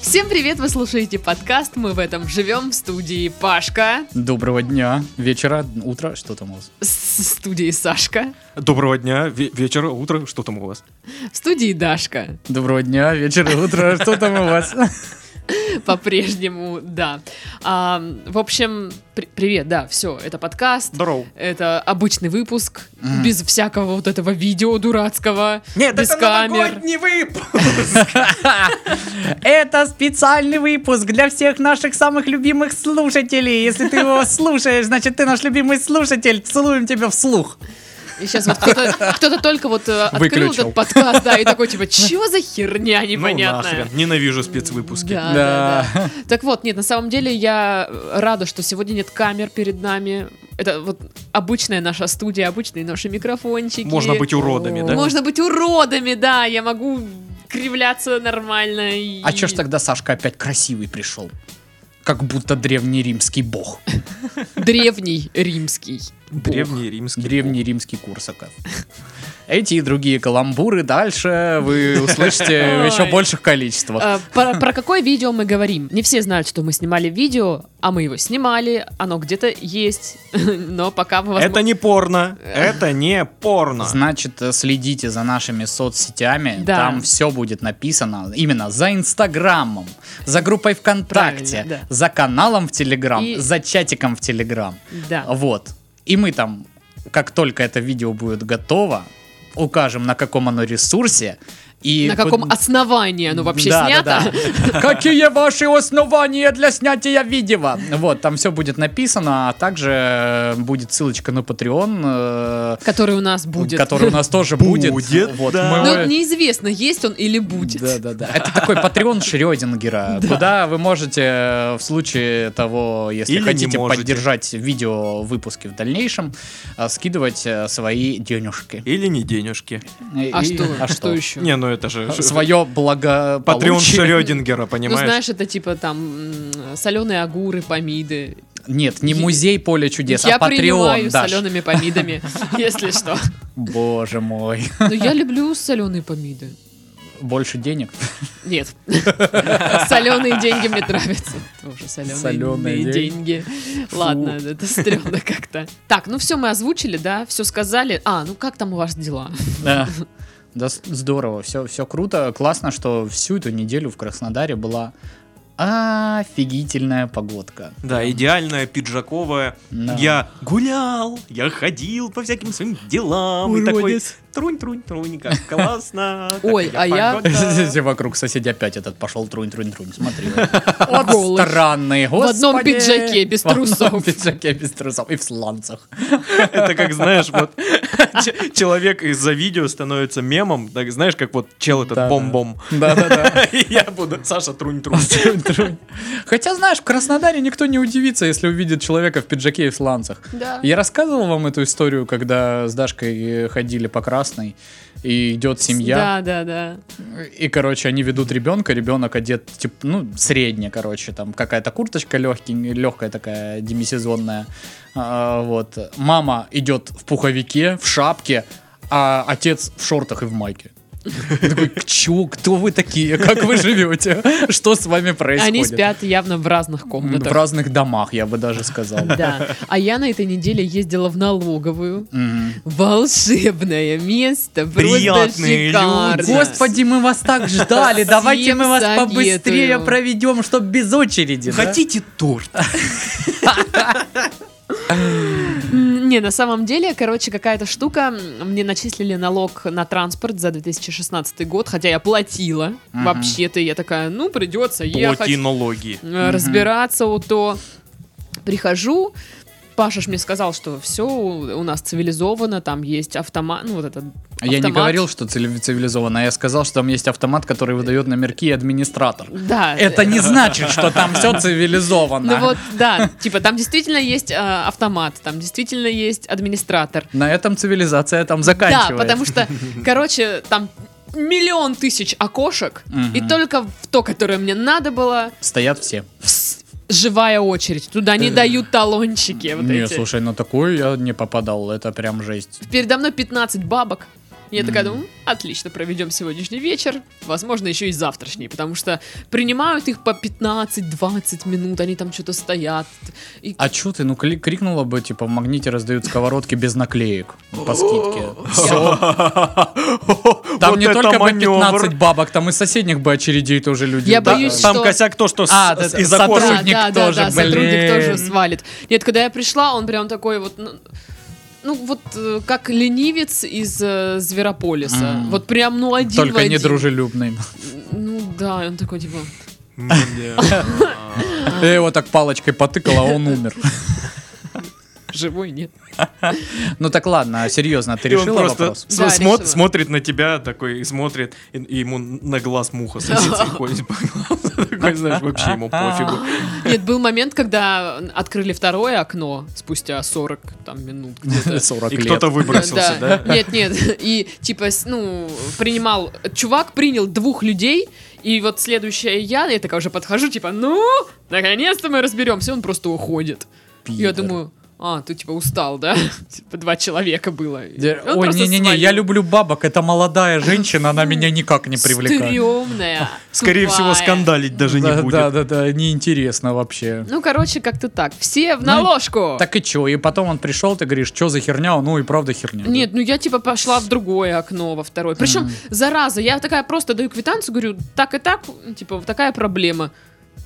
Всем привет, вы слушаете подкаст «Мы в этом живем» в студии Пашка, Доброго дня, вечера, утра, что там у вас? с- в студии Сашка, Доброго дня, ве- вечера, утра, что там у вас? в студии Дашка. Доброго дня, вечера, утра, что там у вас? По-прежнему, да. А, в общем, при- привет, да, все, это подкаст. Здорово. Это обычный выпуск, без всякого вот этого видео дурацкого, без камер. Это специальный выпуск для всех наших самых любимых слушателей. Если ты его слушаешь, значит ты наш любимый слушатель. Целуем тебя вслух. И сейчас вот кто-то, кто-то только вот э, открыл Выключил. этот подкаст, да, и такой типа, чего за херня непонятная? нахрен, Ну, ненавижу спецвыпуски. Да, Да. да, да. Так вот, нет, на самом деле я рада, что сегодня нет камер перед нами. Это вот обычная наша студия, обычные наши микрофончики. Можно быть уродами, да? Можно быть уродами, да. Я могу кривляться нормально. и- А чё ж тогда Сашка опять красивый пришел? Как будто древний римский бог. Древний римский. Древний римский. Древний римский курсаков. Эти и другие каламбуры дальше вы услышите в еще Ой. больших количествах. Э, Про, про какое видео мы говорим? Не все знают, что мы снимали видео, а мы его снимали, оно где-то есть, но пока вы... возможно- Это не порно, это не порно. Значит, э, следите за нашими соцсетями. Да. Там все будет написано именно за Инстаграмом, за группой ВКонтакте, Правильно, за каналом в Телеграм, И- за чатиком в Телеграм. Да. А Вот. И мы там, как только это видео будет готово, укажем, на каком оно ресурсе. И На каком под- основании оно вообще Да, снято? да, да. Какие ваши основания для снятия видео? Вот, там все будет написано, а также э, будет ссылочка на Patreon, э, Который у нас будет. который у нас тоже будет. Будет, Вот, да. мы Ну, Но его- неизвестно, есть он или будет. Да, да, да. Это такой патреон Шрёдингера, куда вы можете э, в случае того, если Или не хотите можете. поддержать видео выпуски в дальнейшем, э, скидывать э, свои денежки. Или не денежки. И- А и- что? А что еще? Не, ну это же... ш- Свое Патреон благополучие. Шрёдингера, Ну, понимаешь? знаешь, это типа там соленые огуры, помиды. Нет, не музей поле чудес, я а Патреон, принимаю Даш. солеными помидами, если что. Боже мой. Но я люблю соленые помиды. Больше денег. Нет. Соленые деньги мне нравятся. Тоже соленые Солёные деньги. Ладно, это стрёмно как-то. Так, ну все мы озвучили, да? Все сказали. А, ну как там у вас дела? Да. Да, с- здорово, все, все круто. Классно, что всю эту неделю в Краснодаре была офигительная погодка. Да, идеальная пиджаковая. Да. Я гулял, я ходил по всяким своим делам. И такой, трунь-трунь-трунь, как классно. Ой, такая а я- погода». Все Вокруг соседи опять этот пошел трунь-трунь-трунь. Смотри. Голый. Вот странный, В одном господи. пиджаке, без В одном трусов. пиджаке без трусов и в сланцах. Это как, знаешь, вот ч- человек из-за видео становится мемом, так знаешь, как вот чел этот Да-да. бом-бом. Да-да-да. И Я буду, Саша, трунь-трунь. Трунь-трунь. Хотя, знаешь, в Краснодаре никто не удивится, если увидит человека в пиджаке и в сланцах. Да. Я рассказывал вам эту историю, когда с Дашкой э, ходили по красной, и идет семья, Да, да, да. и, короче, они ведут ребенка, ребенок одет, типа, ну, средне, короче, там какая-то курточка легкий, легкая такая, демисезонная, А, вот. Мама идет в пуховике, в шапке, а отец в шортах и в майке. Я такой, «К чё? Кто вы такие? Как вы живете? Что с вами происходит? Они спят явно в разных комнатах. в разных домах, я бы даже сказал. Да. А я на этой неделе ездила в налоговую. Мгм. Волшебное место. просто Приятные шикарно. люди. Господи, мы вас так ждали. Давайте Всем мы вас советую. побыстрее проведем, чтоб без очереди. да? Хотите торт? М, Не, на самом деле, короче, какая-то штука. м, Мне начислили налог на транспорт за 2016 год, хотя я платила. Мгм. Вообще-то я такая, ну, придется ехать, Платинологи. э, разбираться у то. Прихожу, Паша ж мне сказал, что все у нас цивилизовано, там есть автомат, ну вот этот А Я не автомат. говорил, что цивили- цивилизованно. а Я сказал, что там есть автомат, который выдает номерки и администратор. Да. Это не значит, что там все Ну цивилизованно. вот, да, типа там действительно есть э, автомат, там действительно есть администратор. На этом цивилизация там заканчивается. Да, потому что, короче, там миллион тысяч окошек, Мгм. и только в то, которое мне надо было, Стоят все. вс- живая очередь. Туда не дают талончики вот Э, не, ну эти. слушай, на такую я не попадал. Это прям жесть. Передо мной 15 бабок. Я такая думаю, «М, отлично, проведем сегодняшний вечер, возможно, еще и завтрашний, потому что принимают их по 15-20 минут, они там что-то стоят. И А чё ты, ну кли- крикнула бы, типа, в магните раздают сковородки без наклеек по скидке. Ну. Всё. Там Вот не это только бы манёвр. 15 бабок, там из соседних бы очередей тоже люди. Я да. боюсь, Там что- косяк то, что А, с- да, с- да, из-за сотрудник. кожи. да, да, тоже, да, сотрудник блин. тоже свалит. Нет, когда я пришла, он прям такой вот, ну, ну, вот э, как ленивец из э, Зверополиса. М. Вот прям, ну один в Только один. не дружелюбный. Ну да, и он такой типа. А. Я его так палочкой потыкал, а он умер. Живой нет. Ну так ладно, серьезно, а ты И он решила просто вопрос? с- Да, смо- решила. смотрит на тебя такой, и смотрит, и, и ему на глаз муха садится и ходит по глазу. Такой, знаешь, вообще ему пофигу. Нет, был момент, когда открыли второе окно спустя 40 там, минут где-то. 40 э, И лет. кто-то выбросился, да? Нет, нет. И типа, с- ну, принимал. Чувак принял двух людей, и вот следующая я, я такая уже подхожу, типа, ну, наконец-то мы разберемся. Он просто уходит. Я Пидор. думаю, а, ты типа устал, да? Типа два человека было. И Де- он Ой, просто не-не-не, я свалил. люблю бабок, это молодая женщина, она меня никак не привлекает. Стрёмная, Скорее всего, тупая. скандалить даже не Да, да, будет. да, да, неинтересно вообще. Ну, короче, как-то так. Все в наложку. Так и чё? И потом он пришел, ты говоришь, что за херня? Ну и правда херня. Нет, ну я типа пошла в другое окно, во второе. Причем, зараза, я такая просто даю квитанцию, говорю, так и так, типа, вот такая проблема.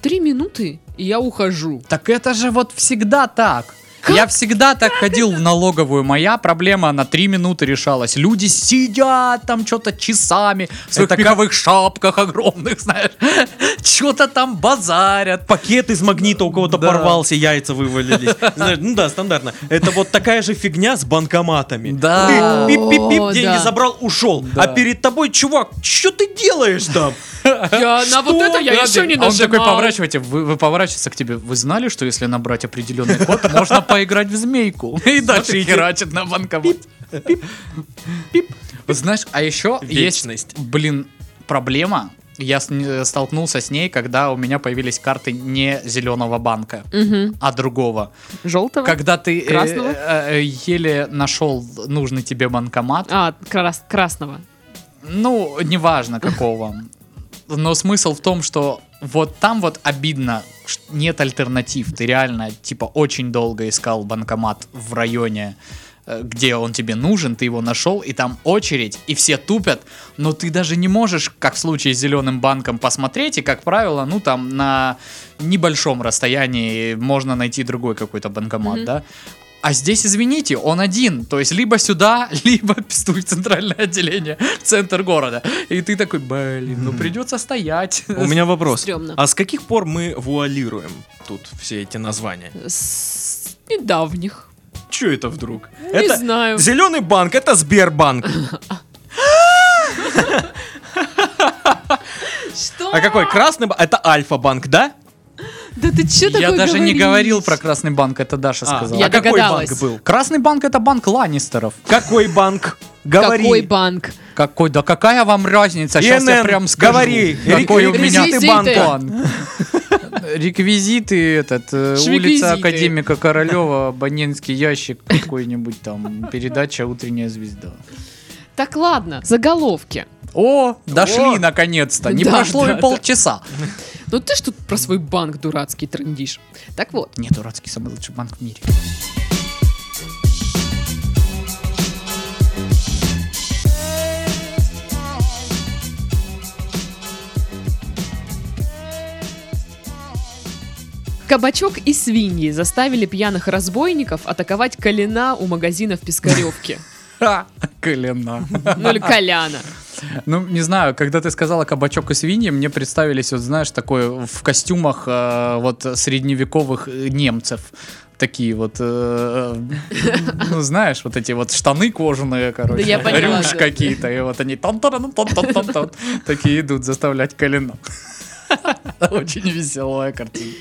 Три минуты, и я ухожу. Так это же вот всегда так. Я всегда так ходил в налоговую. Моя проблема на три минуты решалась. Люди сидят там что-то часами в своих Это как- меховых шапках огромных, знаешь. Что-то там базарят. Пакет из магнита у кого-то Да. порвался, яйца вывалились. Знаешь, ну да, стандартно. Это вот такая же фигня с банкоматами. Да. Ты пип-пип-пип, О, деньги да. забрал, ушел. Да. А перед тобой, чувак, что ты делаешь там? Я на вот это я еще не А он такой, нажимала. поворачивайте, вы, вы поворачивается к тебе. Вы знали, что если набрать определенный код, можно поиграть в змейку? И дальше Смотрите. херачит на банкомат. Вот Знаешь, а еще Вечность. есть, блин, проблема. Я с- э, столкнулся с ней, когда у меня появились карты не зеленого банка, а другого. Желтого? Когда ты э, Красного? э, э, еле нашел нужный тебе банкомат, А, крас- красного. ну, неважно какого. Но смысл в том, что вот там вот обидно, ш- нет альтернатив. Ты реально, типа, очень долго искал банкомат в районе, э, где он тебе нужен, ты его нашел, и там очередь, и все тупят, но ты даже не можешь, как в случае с зеленым банком, посмотреть, и, как правило, ну, там на небольшом расстоянии можно найти другой какой-то банкомат, да? А здесь, извините, он один. То есть либо сюда, либо пиздуй в центральное отделение, в центр города. И ты такой, блин, ну придется стоять. У меня вопрос. Стрёмно. А с каких пор мы вуалируем тут все эти названия? С недавних. Че это вдруг? Не это знаю. Зеленый банк, это Сбербанк. Что? А какой? Красный банк, это Альфа-банк, да? Да ты че такое Я даже не говоришь? говорил про Красный банк, это Даша сказала. я а какой догадалась. банк был? Красный банк это банк Ланнистеров. Какой банк? Говори. Какой банк? Какой, да какая вам разница? Сейчас я ИНН, прям скажу. говори, какой у меня реквизиты. банк. Реквизиты этот, э, Швеквизиты. улица Академика Королева, абонентский ящик какой-нибудь там, передача «Утренняя звезда». Так ладно, заголовки. О, дошли О. наконец-то. Не Да, прошло да, и да. полчаса. Ну ты ж тут про свой банк дурацкий трендишь. Так вот, Не, дурацкий самый лучший банк в мире. Кабачок и свиньи заставили пьяных разбойников атаковать Калина у магазина в Пискаревке. Ха, Колена. Ну или Коляна. Ну, не знаю, когда ты сказала кабачок и свиньи, мне представились, вот знаешь, такое в костюмах э, вот средневековых э, немцев. Такие вот, э, ну, знаешь, вот эти вот штаны кожаные, короче, я поняла, рюш да. какие-то, и вот они тон тон тон тон тон такие идут заставлять колено. Очень веселая картина.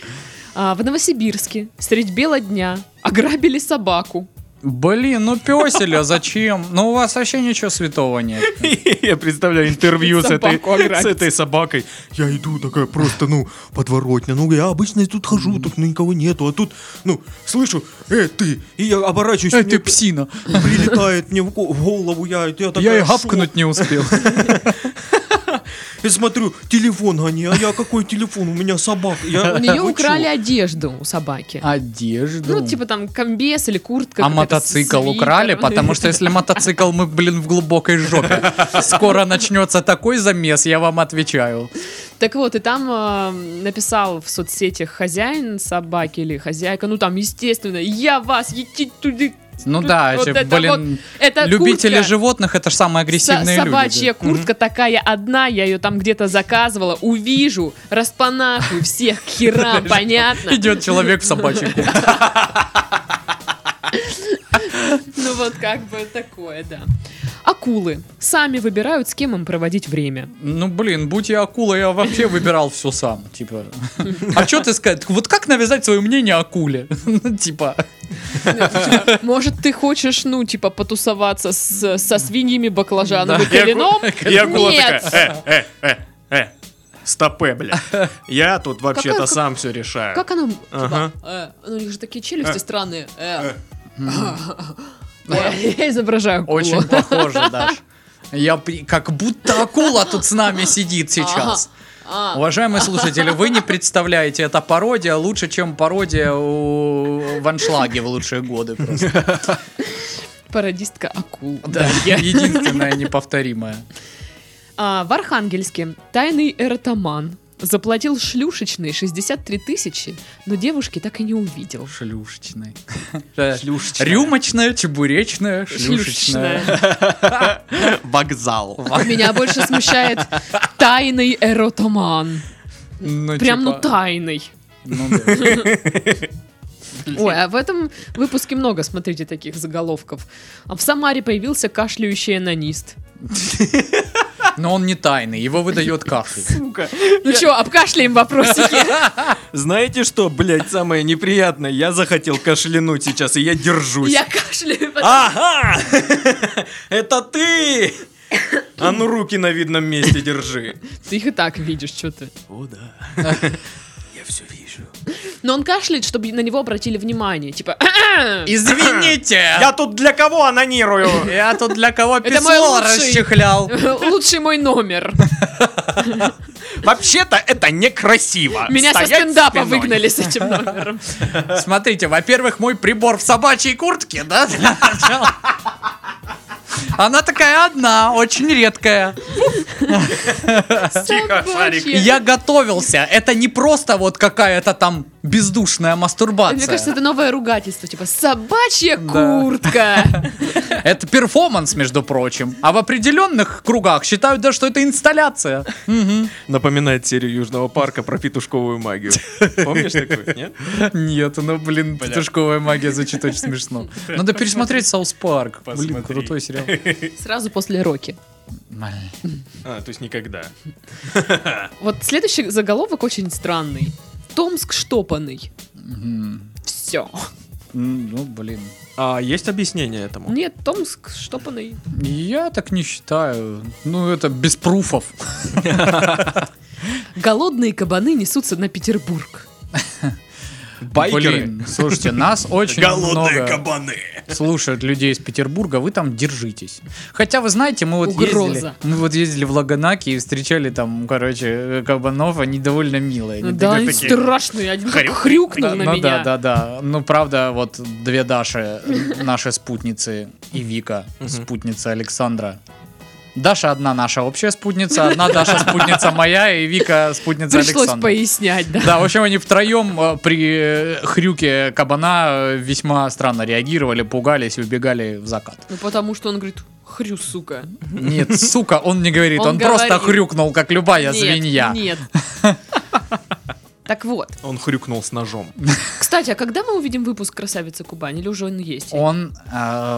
А, в Новосибирске средь бела дня ограбили собаку. Блин, ну песеля, зачем? Ну у вас вообще ничего святого нет. Я представляю интервью с этой, Собаку ограбить. с этой собакой. Я иду такая просто, ну, подворотня. Ну, я обычно тут хожу, тут ну, никого нету. А тут, ну, слышу, э, ты. И я оборачиваюсь. Эй, мне Э, ты п- псина. Прилетает мне в го- в голову. Я, я, такая, Я и «Шо?» гапкнуть не успел. Я смотрю, телефон гони. А я какой телефон? У меня собака. Я, У «Вы нее чё?» украли одежду у собаки. Одежду. Ну, типа там комбес или куртка. А какая-то, мотоцикл свитер. украли, потому что если мотоцикл, мы, блин, в глубокой жопе. Скоро начнется такой замес, я вам отвечаю. Так вот, и там э, написал в соцсетях хозяин собаки или хозяйка, ну там, естественно, я вас, едите туды. Ну тут да, вот эти, это блин, вот, это любители куртка. животных это же самые агрессивные Со- люди. собачья да. куртка такая одна, я ее там где-то заказывала, увижу, распанахую всех к херам, понятно? Идет человек в собачьей куртке. Ну вот как бы такое, да. Акулы сами выбирают, с кем им проводить время. Ну, блин, будь я акула, я вообще выбирал все сам. Типа, а что ты сказать? Вот как навязать свое мнение акуле? Ну, Типа, Может, ты хочешь, ну, типа, потусоваться с- со свиньями, баклажаном и Да. калином? И акула Нет. такая, э, э, э, э, стопэ, бля. Я тут вообще-то Какая- сам все решаю. Как она? типа, Ага. э, ну, у них же такие челюсти Э. странные. Э. Э, Я изображаю акулу. очень похоже, Даш. Я при- как будто акула тут с нами сидит сейчас. А, Уважаемые слушатели, вы не представляете, это пародия лучше, чем пародия у Ваншлаге в лучшие годы просто. Пародистка акул. Да, единственная неповторимая. А, в Архангельске тайный эротоман заплатил шлюшечные 63 тысячи, но девушки так и не увидел. Шлюшечная. Шлюшечная. Рюмочная, чебуречная, шлюшечная. Шлюшечная. А Вокзал. Меня больше смущает тайный эротоман. Ну, Прям, ну, типа, тайный. ну да. Ой, а в этом выпуске много, смотрите, таких заголовков. А в Самаре появился кашляющий анонист. Но он не тайный, его выдает кашель. Сука. Ну чё, обкашляем вопросики. Знаете что, блядь, самое неприятное? Я захотел кашлянуть сейчас, и я держусь. Я кашляю. Ага! Это ты! А ну руки на видном месте держи. Ты их и так видишь, что ты. О, да. Я все вижу. Но он кашляет, чтобы на него обратили внимание. Типа, Извините! Я тут для кого анонирую? Я тут для кого Это мой писало лучший. расчехлял. лучший мой номер. Вообще-то это некрасиво. Меня со А, Стоять стендапа спиной. выгнали с этим номером. Смотрите, во-первых, мой прибор в собачьей куртке, да? Она такая одна, очень редкая. Тихо, Шарик. Я готовился. Это не просто вот какая-то там бездушная мастурбация. Мне кажется, это новое ругательство. Типа, собачья Да. куртка. Это перформанс, между прочим. А в определенных кругах считают, да, что это инсталляция. Напоминает серию Южного парка про петушковую магию. Помнишь такую, нет? Нет, ну, блин, петушковая магия звучит очень смешно. Надо пересмотреть Саус Парк. Блин, Посмотри. крутой сериал. Сразу после Роки. А, то есть никогда. Вот следующий заголовок очень странный. Томск штопанный. Мгм. Все. М, Ну, блин. А есть объяснение этому? Нет, Томск штопанный. Я так не считаю. Ну, это без пруфов. Голодные кабаны несутся на Петербург. Блин, слушайте, нас очень Голодные много кабаны. слушают людей из Петербурга, вы там держитесь. Хотя, вы знаете, мы вот Угроза. ездили, мы вот ездили в Лаганаки и встречали там, короче, кабанов, они довольно милые. Ну они да, такие- они такие. страшные. Один только Хрюк. хрюкнул Да, на ну да, меня. да, да. Ну, правда, вот две Даши, наши спутницы и Вика, Мгм. спутница Александра. Даша одна наша общая спутница, одна Даша спутница моя и Вика спутница Пришлось Александра. пояснять, да. Да, в общем, они втроем э, при э, хрюке кабана э, весьма странно реагировали, пугались и убегали в закат. Ну потому что он говорит, хрю, сука. Нет, сука, он не говорит, он, Он просто говорит. хрюкнул, как любая Нет, свинья. Нет. Так вот. Он хрюкнул с ножом. Кстати, а когда мы увидим выпуск «Красавица Кубань» или уже он есть? Он э,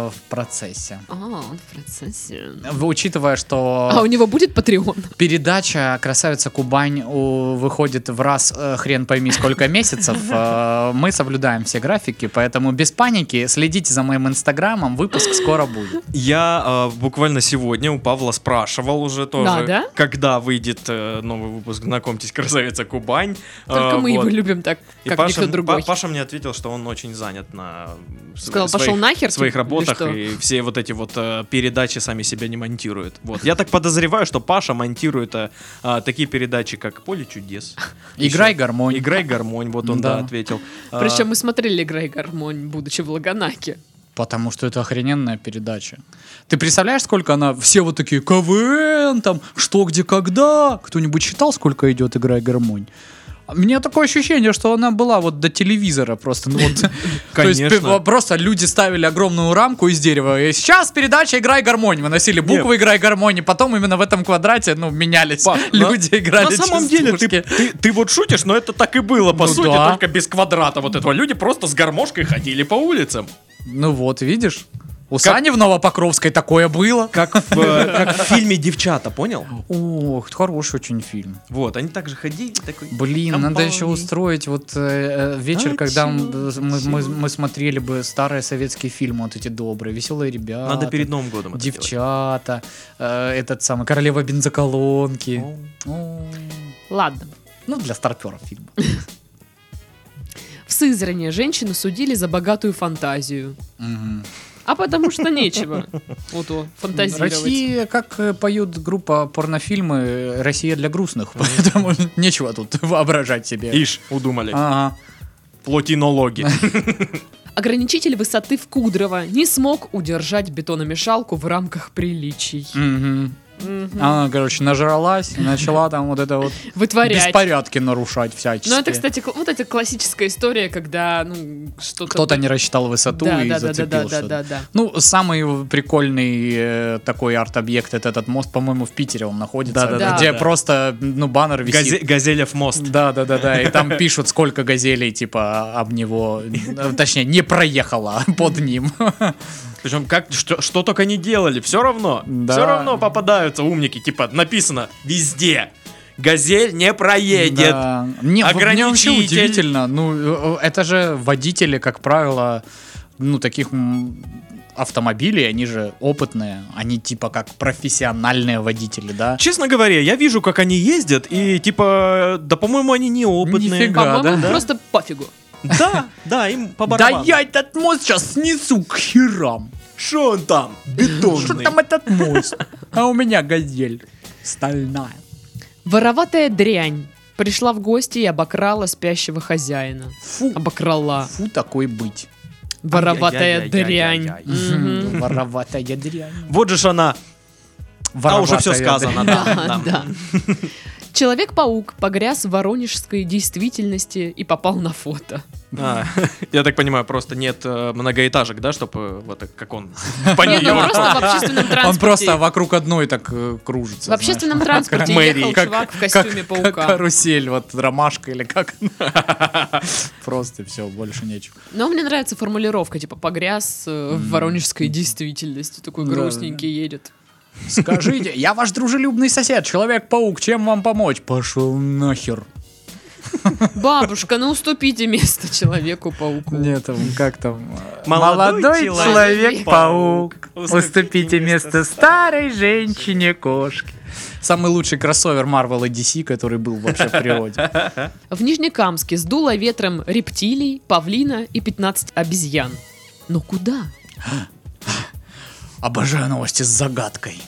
в процессе. А, он в процессе. В- Учитывая, что... А у него будет Патреон? Передача «Красавица Кубань» у- выходит в раз, э, хрен пойми, сколько месяцев. Э, Мы соблюдаем все графики, поэтому без паники следите за моим инстаграмом, выпуск скоро будет. Я а, буквально сегодня у Павла спрашивал уже тоже, да? когда выйдет э, новый выпуск «Знакомьтесь, красавица Кубань». Только А, мы его вот. любим так, И как Паша, никто другой. Па- Паша мне ответил, что он очень занят на с- Сказал, своих- пошел нахер, в своих типа, или работах что? и все вот эти вот э, передачи сами себя не монтируют. Вот. Я так подозреваю, что Паша монтирует э, а, такие передачи, как «Поле чудес», Играй гармонь. «Играй гармонь», вот он, да, Да. ответил. А, Причем мы смотрели «Играй гармонь», будучи в Лаганаке. Потому что это охрененная передача. Ты представляешь, сколько она... Все вот такие КВН, там, что, где, когда. Кто-нибудь считал, сколько идет «Играй гармонь»? А У меня такое ощущение, что она была вот до телевизора просто. Ну, вот. То есть, Конечно. пе- просто люди ставили огромную рамку из дерева. И сейчас передача «Играй гармонь». Выносили буквы «Играй гармонь», и потом именно в этом квадрате, ну, менялись. Паш, люди играли На самом деле, ты, частушки. ты, ты вот шутишь, но это так и было, по Ну сути, да. только без квадрата вот этого. Люди просто с гармошкой ходили по улицам. Ну вот, видишь? У Сани в Новопокровской такое было. Как в, э, как в фильме «Девчата», понял? Ох, хороший очень фильм. Вот, они также ходили, такой... Блин, надо Компании. еще устроить вот э, э, вечер, А когда м- чё, мы, мы- чё? мы смотрели бы старые советские фильмы, вот эти добрые, веселые ребята. Надо перед Новым годом это Девчата, э, этот самый Королева бензоколонки. делать. М, Ладно. Ну, для старперов фильма. В Сызране женщину судили за богатую фантазию. Мгм. А потому что нечего. Вот о, фантазировать. Россия, как э, поют группа порнофильмы, э, Россия для грустных, поэтому нечего тут воображать себе. Ишь, удумали. Ага. Плотинологи. Ограничитель высоты в Кудрово не смог удержать бетономешалку в рамках приличий. Мгм. Мгм. Она, короче, нажралась и начала там вот это вот Вытворять. беспорядки нарушать всячески. Ну, это, кстати, кл- вот эта классическая история, когда, ну, что-то... Кто-то не рассчитал высоту да, и да, да, да, зацепил да, да, что-то. да, да. Ну, самый прикольный э, такой арт-объект это этот мост, по-моему, в Питере он находится, Да-да-да. где Да. просто ну баннер Газе- висит. Газелев мост. Да, да, да, да. И там пишут, сколько газелей, типа, об него, э, точнее, не проехала под ним. Причем как, что, что только не делали, все равно, Да. все равно попадаются умники. Типа написано везде. Газель не проедет. Да. Не, в- мне вообще Ограничитель. удивительно. Ну, э, это же водители, как правило, ну, таких м, автомобилей, они же опытные, они типа как профессиональные водители, да? Честно говоря, я вижу, как они ездят, и типа, да, по-моему, они неопытные. Нифига. Да, По-моему, да. просто пофигу. Да, да, им по Да барабану. я этот мост сейчас снесу к херам. Шо он там? Что Бетонный. там этот мост? А у меня газель стальная. Вороватая дрянь пришла в гости и обокрала спящего хозяина. Фу, А Обокрала. фу такой быть. Вороватая дрянь. Ай-яй-яй-яй-яй-яй. Мгм. Мгм. Вороватая дрянь. Вот же ж она. А уже все Вороватая сказано, дрянь. да. Да, да. да. Человек-паук погряз в воронежской действительности и попал на фото. А, Я так понимаю, просто нет э, многоэтажек, да, чтобы вот так, как он. по Нет, Нью-Йорку. он Ну, просто в общественном транспорте. Он просто вокруг одной так э, кружится. В общественном транспорте Мэрии. ехал Как- чувак в знаешь. костюме Как- как паука. карусель, вот ромашка или как. Просто все, больше нечего. Но мне нравится формулировка, типа погряз э, в М. воронежской действительности. Такой Да, да, грустненький едет. Скажите, я ваш дружелюбный сосед, Человек-паук, чем вам помочь? Пошел нахер. Бабушка, ну уступите место человеку-пауку. Нет, там, как там? Молодой Человек-паук, уступите место старой женщине-кошке. Самый лучший кроссовер Marvel и DC, который был вообще в природе. В Нижнекамске сдуло ветром рептилий, павлина и 15 обезьян. Но куда? Обожаю новости с загадкой,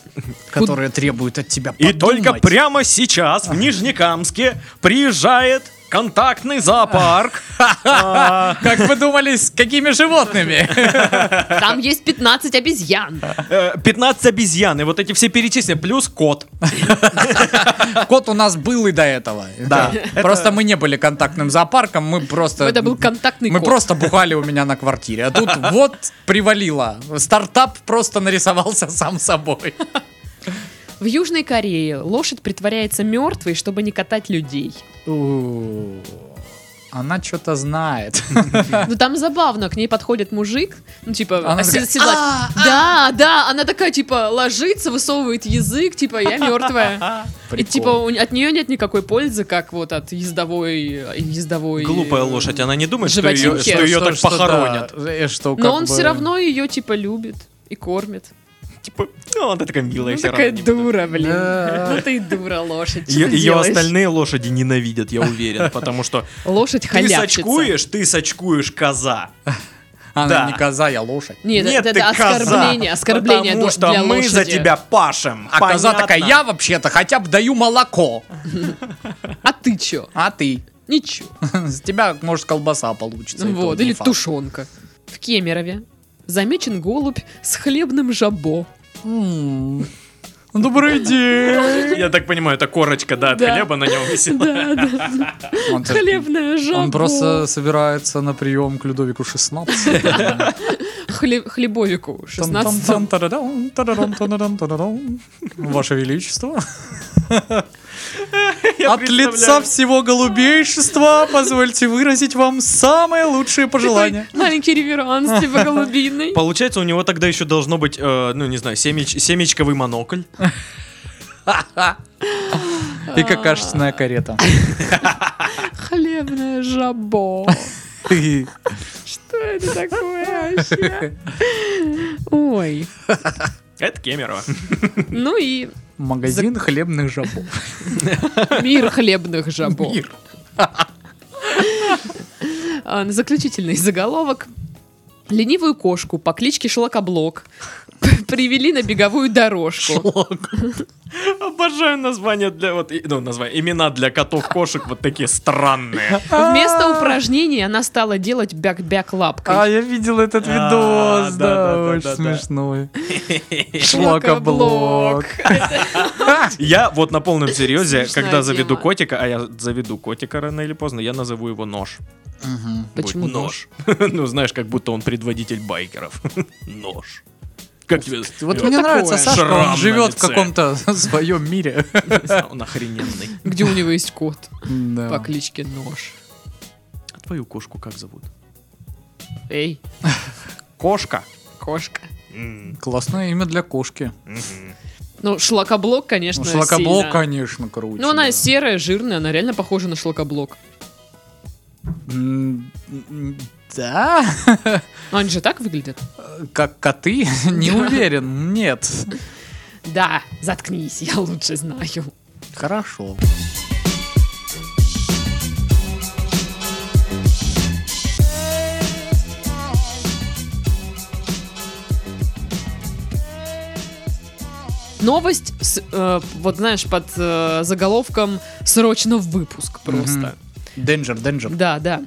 которые требуют от тебя И только подумать. прямо сейчас в Нижнекамске приезжает контактный зоопарк. А, Как вы думали, с какими животными? Там есть 15 обезьян. э, 15 обезьян, и вот эти все перечислены, плюс кот. Кот у нас был и до этого. Да. Просто мы не были контактным зоопарком, мы просто... Это был контактный Мы код. просто бухали у меня на квартире. А тут вот привалило. Стартап просто нарисовался сам собой. В Южной Корее лошадь притворяется мертвой, чтобы не катать людей. О, Она что-то знает. Ну там забавно, к ней подходит мужик, ну типа Она с- такая, седлак. Да, да, она такая типа ложится, высовывает язык, типа я мертвая. И Прикол. типа у- от нее нет никакой пользы, как вот от ездовой, э, ездовой. Глупая э, лошадь, она не думает, что ее, животинки. что ее Что- так что, похоронят. да, э, что Но как он бы- все равно ее типа любит и кормит. Типа, ну, она такая милая. Ну всё такая равно не буду. дура, блин. Да. Ну ты и дура, лошадь. что Е- ты Ее делаешь? остальные лошади ненавидят, я уверен, потому что Лошадь ты халявщица. сочкуешь, ты сочкуешь коза. Она Да. не коза, я лошадь. Нет, Нет, это, ты это коза, оскорбление, оскорбление потому для- что для мы лошади. за тебя пашем. А коза понятно? такая, я вообще-то хотя бы даю молоко. А ты чё? А ты? Ничего. С тебя, может, колбаса получится. и Вот, то не или факт. тушенка. В Кемерове замечен голубь с хлебным жабо. М. Добрый день. Я так понимаю, это корочка, да, от Да. хлеба на нем висела. Да, да, Он так- хлебное жабо. Он просто собирается на прием к Людовику 16. Хле- Хлебовику 16. Там-там-там, тарадам, тарадам, тарадам. Ваше Величество. От представляю. лица всего голубейшества позвольте выразить вам самые лучшие пожелания. Такой Маленький реверанс, типа голубиный. Получается, у него тогда еще должно быть, э, ну, не знаю, семеч- семечковый монокль. И какашечная карета. Хлебное жабо. Что это такое вообще? Ой. Это Кемерово. Ну и Магазин хлебных жабов. мир хлебных жабо. Мир. А, на Заключительный заголовок. Ленивую кошку по кличке Шлакоблок привели на беговую дорожку. Обожаю названия для вот, и- ну, название, имена для котов-кошек вот такие странные. Вместо упражнений она стала делать бяк-бяк А, лапкой. я видел этот А, видос, да, да, да, очень да, да. смешной. Шлакоблок. Я вот на полном серьезе, Смешная когда заведу тема. котика, а я заведу котика рано или поздно, я назову его Нож. Почему Будет нож? Ну, знаешь, как будто он предводитель байкеров. Нож. Как тебе? Вот Э, мне нравится такое? Сашка, Шрам на он живет в лице. каком-то своем мире. Он охрененный. Где у него есть кот Да. по кличке Нож? А твою кошку как зовут? Эй, Кошка. кошка. Классное имя для кошки. Ну, шлакоблок, Ну, конечно, Шлакоблок, сильно. конечно, круче. Ну, она да. серая, жирная, она реально похожа на шлакоблок. М, м, Да? Но они же так выглядят. Как коты? Не уверен. Нет. Да, заткнись, я лучше знаю. Хорошо. Новость, с, э, вот знаешь, под э, заголовком «Срочно в выпуск» просто. Danger, danger. Да, да.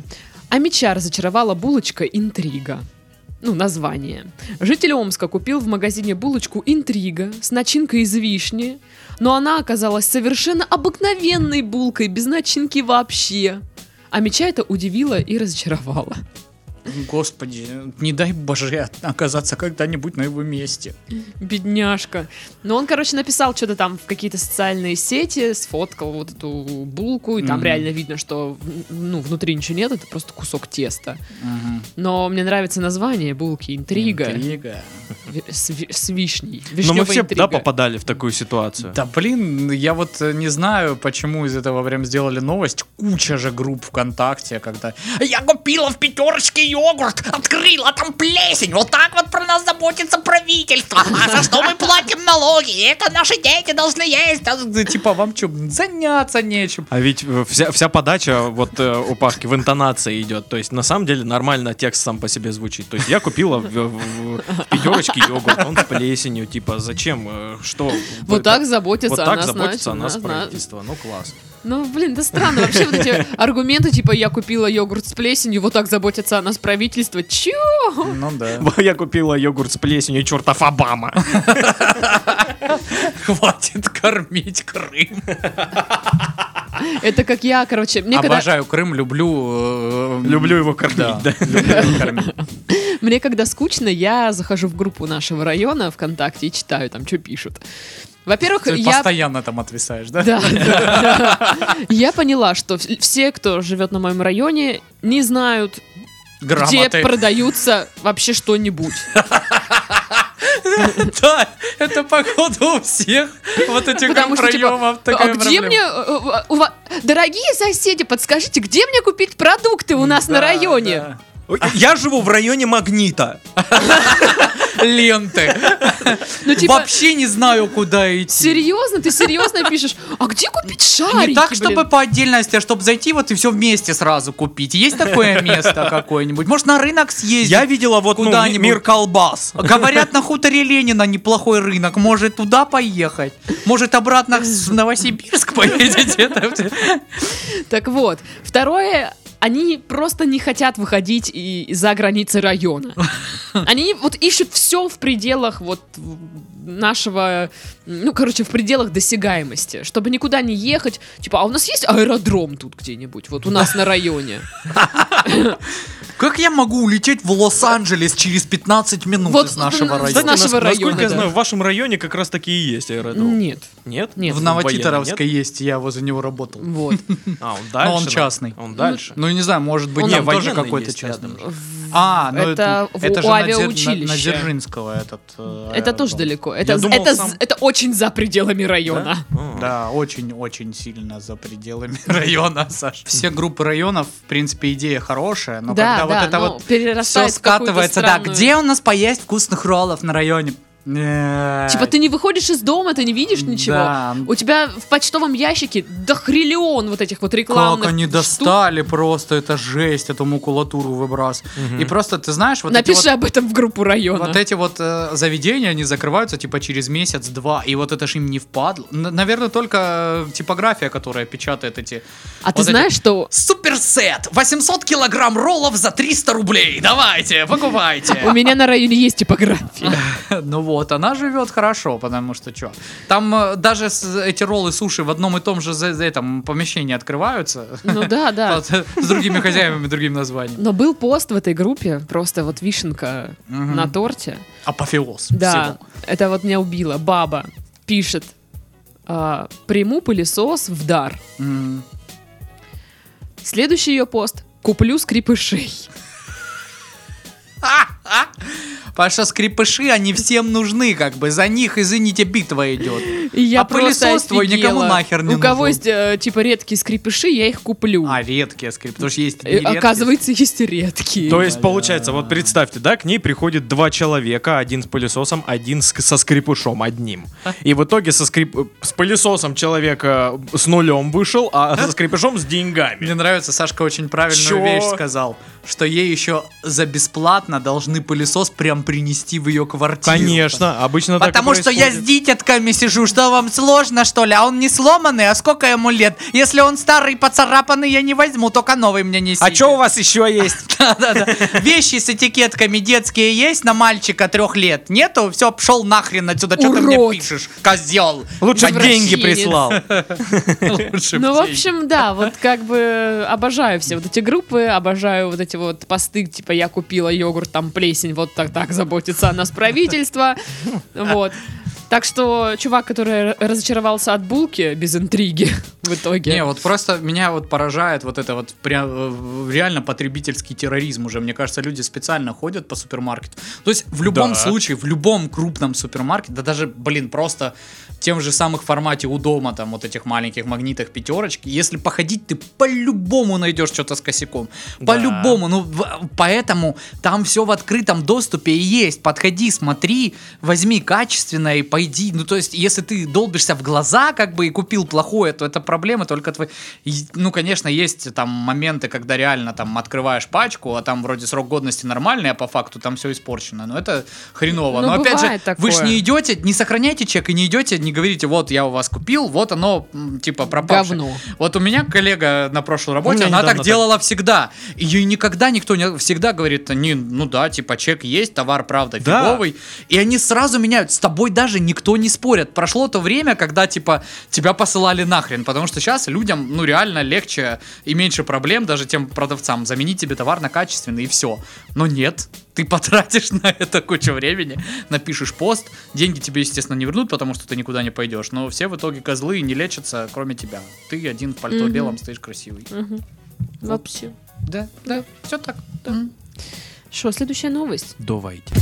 Амича разочаровала булочка «Интрига». Ну, название. Житель Омска купил в магазине булочку «Интрига» с начинкой из вишни, но она оказалась совершенно обыкновенной булкой, без начинки вообще. Амича это удивило и разочаровало. Господи, не дай боже от- оказаться когда-нибудь на его месте. Бедняжка. Ну, он, короче, написал что-то там в какие-то социальные сети, сфоткал вот эту булку, и там Мгм. реально видно, что в- ну, внутри ничего нет, это просто кусок теста. Но мне нравится название булки, интрига, Интрига. Ви- с, ви- с вишней. Но Ну, мы Вишнёвая все, да, интрига. попадали в такую ситуацию. Да блин, я вот э, не знаю, почему из этого прям сделали новость. Куча же групп ВКонтакте, когда я купила в пятерочке йогурт, открыла там плесень. Вот так вот про нас заботится правительство. А за что мы платим налоги? Это наши дети должны есть. Да, да, Типа вам что, заняться нечем? А ведь э, вся, вся подача вот э, у Пашки в интонации идет. То есть на самом деле нормально текст сам по себе звучит. То есть я купила в, в- в пятерочке йогурт, он с плесенью. Типа зачем? э, Что? Вот так заботится вот о так нас, заботится о значит, нас на- на- правительство. Ну класс. Ну, блин, да странно. Вообще вот эти аргументы, типа, я купила йогурт с плесенью, вот так заботится о нас правительство. Чё? Ну да. Я купила йогурт с плесенью, чертов Обама. Хватит кормить Крым. Это как я, короче, мне А когда Обожаю Крым, люблю... э, Люблю его кормить, Да, да. люблю его кормить. Мне когда скучно, я захожу в группу нашего района ВКонтакте и читаю там, что пишут. Во-первых, Ты я... постоянно там отвисаешь, да? Да, да, да. Я поняла, что вс- все, кто живет на моем районе, не знают, где Грамоты. продаются вообще что-нибудь. Да, это походу у всех вот этих Потому что, типа, проемов а такая где проблема. мне... э, э, у ва- Дорогие соседи, подскажите, где мне купить продукты у нас на Да, районе? Ой, Я живу в районе Магнита. да. Ленты. Ну, типа, Вообще не знаю, куда идти. серьезно? Ты серьезно пишешь? А где купить шарики, Не так, блин?» чтобы по отдельности, а чтобы зайти вот и все вместе сразу купить. Есть такое место какое-нибудь? Может, на рынок съездить? Я видела вот ну, ми- Куда-нибудь. мир колбас. Говорят, на хуторе Ленина неплохой рынок. Может, туда поехать? Может, обратно в Новосибирск поедете? Там те- Так вот, второе, они просто не хотят выходить и за границы района. Они вот ищут все в пределах вот нашего, ну, короче, в пределах досягаемости, чтобы никуда не ехать. Типа, а у нас есть аэродром тут где-нибудь, вот у нас на районе? Как я могу улететь в Лос-Анджелес через 15 минут Вот, из нашего да, района? нашего Кстати, нас- района, Насколько я да. знаю, в вашем районе как раз таки и есть Ну. аэродром. Нет, Нет? ну, нет. Ну, в Новотитаровской есть, я возле него работал. Вот. А, он дальше. Но он да? частный. Он дальше. Ну, я не знаю, может быть, Он- там Не, тоже военный какой-то есть частный. рядом А, ну это, Это в- у же на Дзер- на- авиаучилища. на Дзержинского этот. э, Это тоже аэродром. далеко. Это, Я думал, это, сам- это очень за пределами района. А. Да, очень-очень сильно за пределами района, Саш. Все группы районов, в принципе, идея хорошая, но Да, когда да, вот это ну, вот все перерастает в какую-то скатывается, да, странную- где у нас поесть вкусных роллов на районе? Э, Типа ты не выходишь из дома, ты не видишь ничего. Да. У тебя в почтовом ящике дохриллион вот этих вот рекламных Как они штук. достали просто, это жесть, эту макулатуру выбрас. И просто, ты знаешь, вот эти Напиши вот- об этом в группу района. Вот эти вот э, заведения, они закрываются типа через месяц-два, и вот это ж им не впадло. Н- наверное, только э, типография, которая печатает эти... а вот ты знаешь, что Эти... Суперсет! 800 килограмм роллов за 300 рублей! Давайте, у покупайте! меня на районе есть типография? Ну вот, она живет хорошо, потому что что? Там э, даже с- эти роллы суши в одном и том же за, за этом помещении открываются. Ну да, да. Вот, э, С другими хозяевами, другим названием. Но был пост в этой группе, просто вот вишенка Мгм. на торте. Апофеоз Да, всего. это вот меня убило. Баба пишет, а, приму пылесос в дар. М. Следующий ее пост. Куплю скрипышей. Паша, скрипыши, они всем нужны, как бы. За них, извините, битва идет. И я А просто пылесос твой никому офигела. нахер не У кого нужен. есть, э, типа, редкие скрипыши, я их куплю. А, редкие скрипы, потому что есть Э, нередкие. Оказывается, есть редкие. То есть, получается, вот представьте, да, к ней приходит два человека, один с пылесосом, один с- со скрипушом одним. И в итоге со скрип... с пылесосом человек э, с нулем вышел, а со скрипушом с деньгами. Мне нравится, Сашка очень правильную Чё? вещь сказал, что ей еще за бесплатно должны пылесос прям принести в ее квартиру. Конечно, обычно так и Потому что я с происходит. дитятками сижу, что вам сложно, что ли? А он не сломанный, а сколько ему лет? Если он старый, поцарапанный, я не возьму, только новый мне несите. А что у вас еще есть? Да-да-да. Вещи с этикетками детские есть на мальчика трех лет? Нету? Все, пшел нахрен отсюда. Что ты мне Урод. пишешь, козел? Лучше Извращенец. деньги прислал. Ну, в общем, да, вот как бы обожаю все вот эти группы, обожаю вот эти вот посты, типа я купила йогурт, там плесень, вот так так заботится о нас правительство, вот. Так что чувак, который разочаровался от булки без интриги в итоге. Не, вот просто меня вот поражает вот это вот прям э, реально потребительский терроризм уже. Мне кажется, люди специально ходят по супермаркету. То есть в любом Да. случае, в любом крупном супермаркете, да даже, блин, просто в тем же самых формате у дома, там вот этих маленьких магнитах пятерочки, если походить, ты по-любому найдешь что-то с косяком. По-любому. Ну, в- поэтому там все в открытом доступе и есть. Подходи, смотри, возьми качественное и пойди. Ну, то есть, если ты долбишься в глаза, как бы, и купил плохое, то это проблема только твоя. И, Ну, конечно, есть там моменты, когда реально там открываешь пачку, а там вроде срок годности нормальный, а по факту там все испорчено. Но это хреново. Ну, Но опять же, бывает такое. вы же не идете, не сохраняйте чек и не идете, не говорите, вот я у вас купил, вот оно м, типа пропавшее. Говно. Вот у меня коллега на прошлой работе, меня она недавно так так. делала всегда. Ее никогда никто не всегда говорит, не, ну да, типа чек есть, товар правда Да. фиговый. И они сразу меняют. С тобой даже никто не спорит. Прошло то время, когда типа тебя посылали нахрен, потому что сейчас людям ну реально легче и меньше проблем даже тем продавцам заменить тебе товар на качественный и все. Но нет. ты потратишь на это кучу времени, напишешь пост, деньги тебе, естественно, не вернут, потому что ты никуда не пойдешь, но все в итоге козлы и не лечатся, кроме тебя. Ты один в пальто Мгм. белом стоишь красивый. Мгм. Вообще. Да, да, все так. да. Что, следующая новость? Давайте.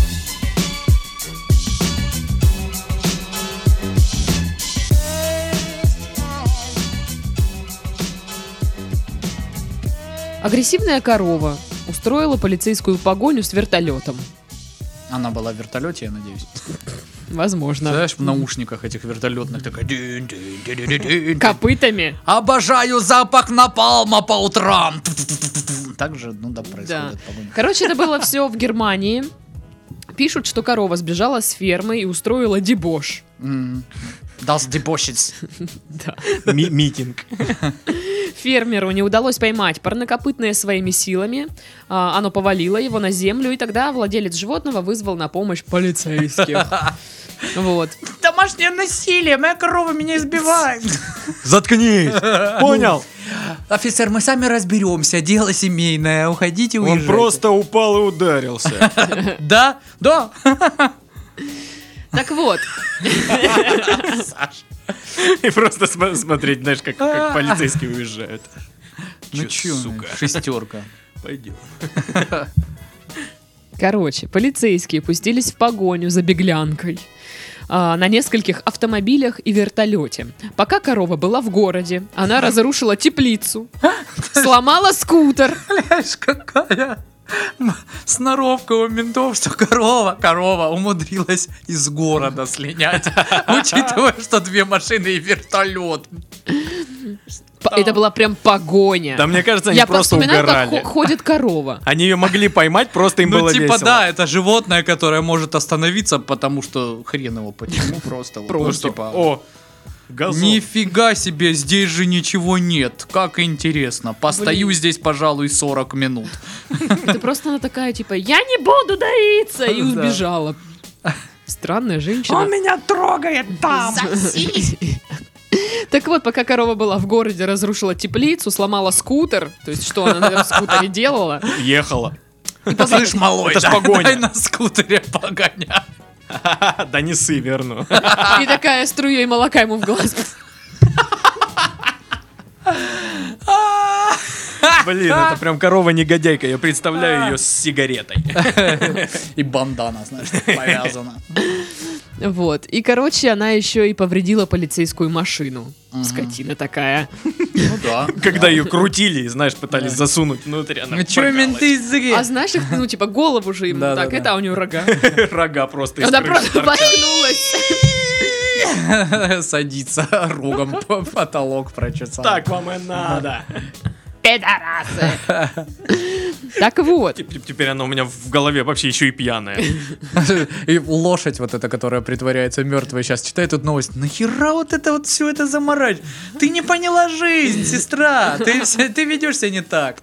Агрессивная корова устроила полицейскую погоню с вертолетом. Она была в вертолете, я надеюсь. Возможно. Знаешь, в наушниках этих вертолетных такая... дин, дин, дин, дин, дин. Копытами. Обожаю запах напалма по утрам. Так же, ну да, происходит. погоня. Короче, это было все в Германии. Пишут, что корова сбежала с фермы и устроила дебош. М. Das debauches. Да. Ми- Митинг. Фермеру не удалось поймать парнокопытное своими силами. А, оно повалило его на землю, и тогда владелец животного вызвал на помощь полицейских. Вот. Домашнее насилие, моя корова меня избивает. Заткнись! Понял? Офицер, мы сами разберемся, дело семейное, уходите, Он просто упал и ударился. Да, да. Так вот, И просто см- смотреть, знаешь, как, как полицейские уезжают. Ну Чё, чё, сука? шестерка. Пойдем. короче, полицейские пустились в погоню за беглянкой а, на нескольких автомобилях и вертолете. Пока корова была в городе, она разрушила теплицу, сломала скутер, Знаешь, какая м- сноровка у ментов, что корова, корова умудрилась из города слинять, учитывая, что две машины и вертолет. П- Это была прям погоня. Да мне кажется, они Я просто вспоминаю, как угорали. хо- ходит корова. Они ее могли поймать, просто им Ну, было типа, весело. да, это животное, которое может остановиться, потому что хрен его почему, просто. вот, ну, Просто, типа, о, газон. Нифига себе, здесь же ничего нет. Как интересно. Постою здесь, пожалуй, 40 минут. Это просто она такая, типа, я не буду доиться! И Да. убежала. Странная женщина. меня трогает Так вот, пока корова была в городе, разрушила теплицу, сломала скутер. То есть, что она на этом скутере делала? Ехала. Слышь, малой, Это ж да, погоня. дай на скутере погоня. Да не сы, верну. И такая струей молока ему в глаз. Блин, это прям корова-негодяйка. Я представляю ее с сигаретой. И бандана, знаешь, повязана. Вот. И, короче, она еще и повредила полицейскую машину. Скотина такая. Ну да. Когда ее крутили, и, знаешь, пытались засунуть внутрь. Она Ну чё, менты языки? А знаешь, их, ну, типа, голову же ему Да, да, так, да. это а у нее рога. вырвалась. Рога просто из Она крыши просто торчат. воткнулась. Садится рогом по потолок прочесал. Так вам и надо. Пидорасы. Так вот. Теп- Теперь она у меня в голове вообще еще и пьяная. И лошадь вот эта, которая притворяется мертвой, сейчас читает эту новость. Нахера вот это вот все это заморать? Ты не поняла жизнь, сестра. Ты, вс- ты ведешь себя не так.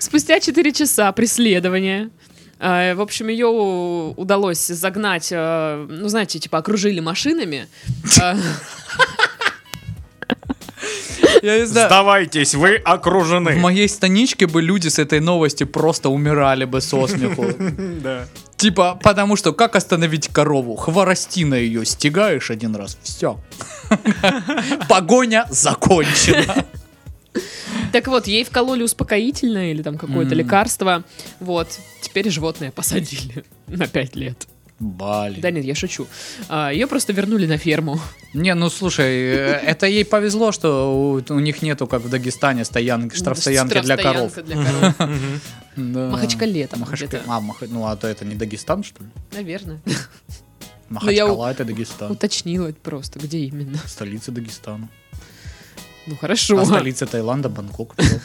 Спустя 4 часа преследования. э, В общем, ее удалось загнать, э, ну, знаете, типа окружили машинами. Э, Я не знаю. Сдавайтесь, вы окружены. В моей станичке бы люди с этой новости просто умирали бы со смеху. Да. Типа, потому что как остановить корову? Хворостина ее стягаешь один раз, все. Погоня закончена. Так вот, ей вкололи успокоительное или там какое-то М. лекарство. Вот, теперь животное посадили на 5 лет. Да Блин. нет, я шучу. Ее просто вернули на ферму. Не, ну слушай, э, это ей повезло, что у, у них нету, как в Дагестане, стоянки, штрафстоянки для коров. Штрафстоянка для коров. Да. Махачкале там Махачкале. где-то. А, Маха- ну а то это не Дагестан, что ли? Наверное. Ну, я у- Махачкала это Дагестан. Уточнила просто, где именно. Столица Дагестана. Ну хорошо. А столица Таиланда Бангкок. всё.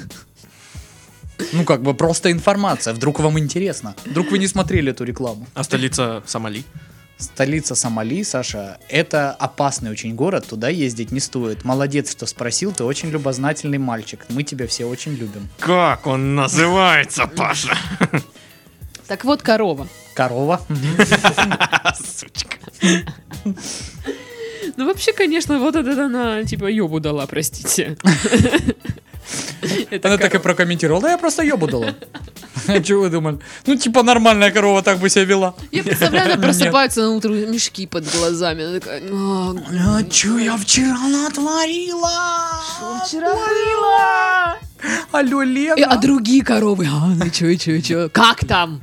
Ну, как бы просто информация. Вдруг вам интересно. Вдруг вы не смотрели эту рекламу. А столица Сомали? Столица Сомали, Саша, это опасный очень город, туда ездить не стоит. Молодец, что спросил, ты очень любознательный мальчик. Мы тебя все очень любим. Как он называется, Паша? Так вот, корова. Корова. Сучка. Ну, вообще, конечно, вот это она, типа, ёбу дала, простите. Это Она так и корова. прокомментировала. Да я просто ебудала. Чего вы думали? Ну, типа, нормальная корова так бы себя вела. Я представляю, она просыпается на утро, у неё мешки под глазами. Она такая, «А, А чё я вчера натворила? вчера Алло, И- а Лена. другие коровы, а, ну чё, и чё, и чё, как там?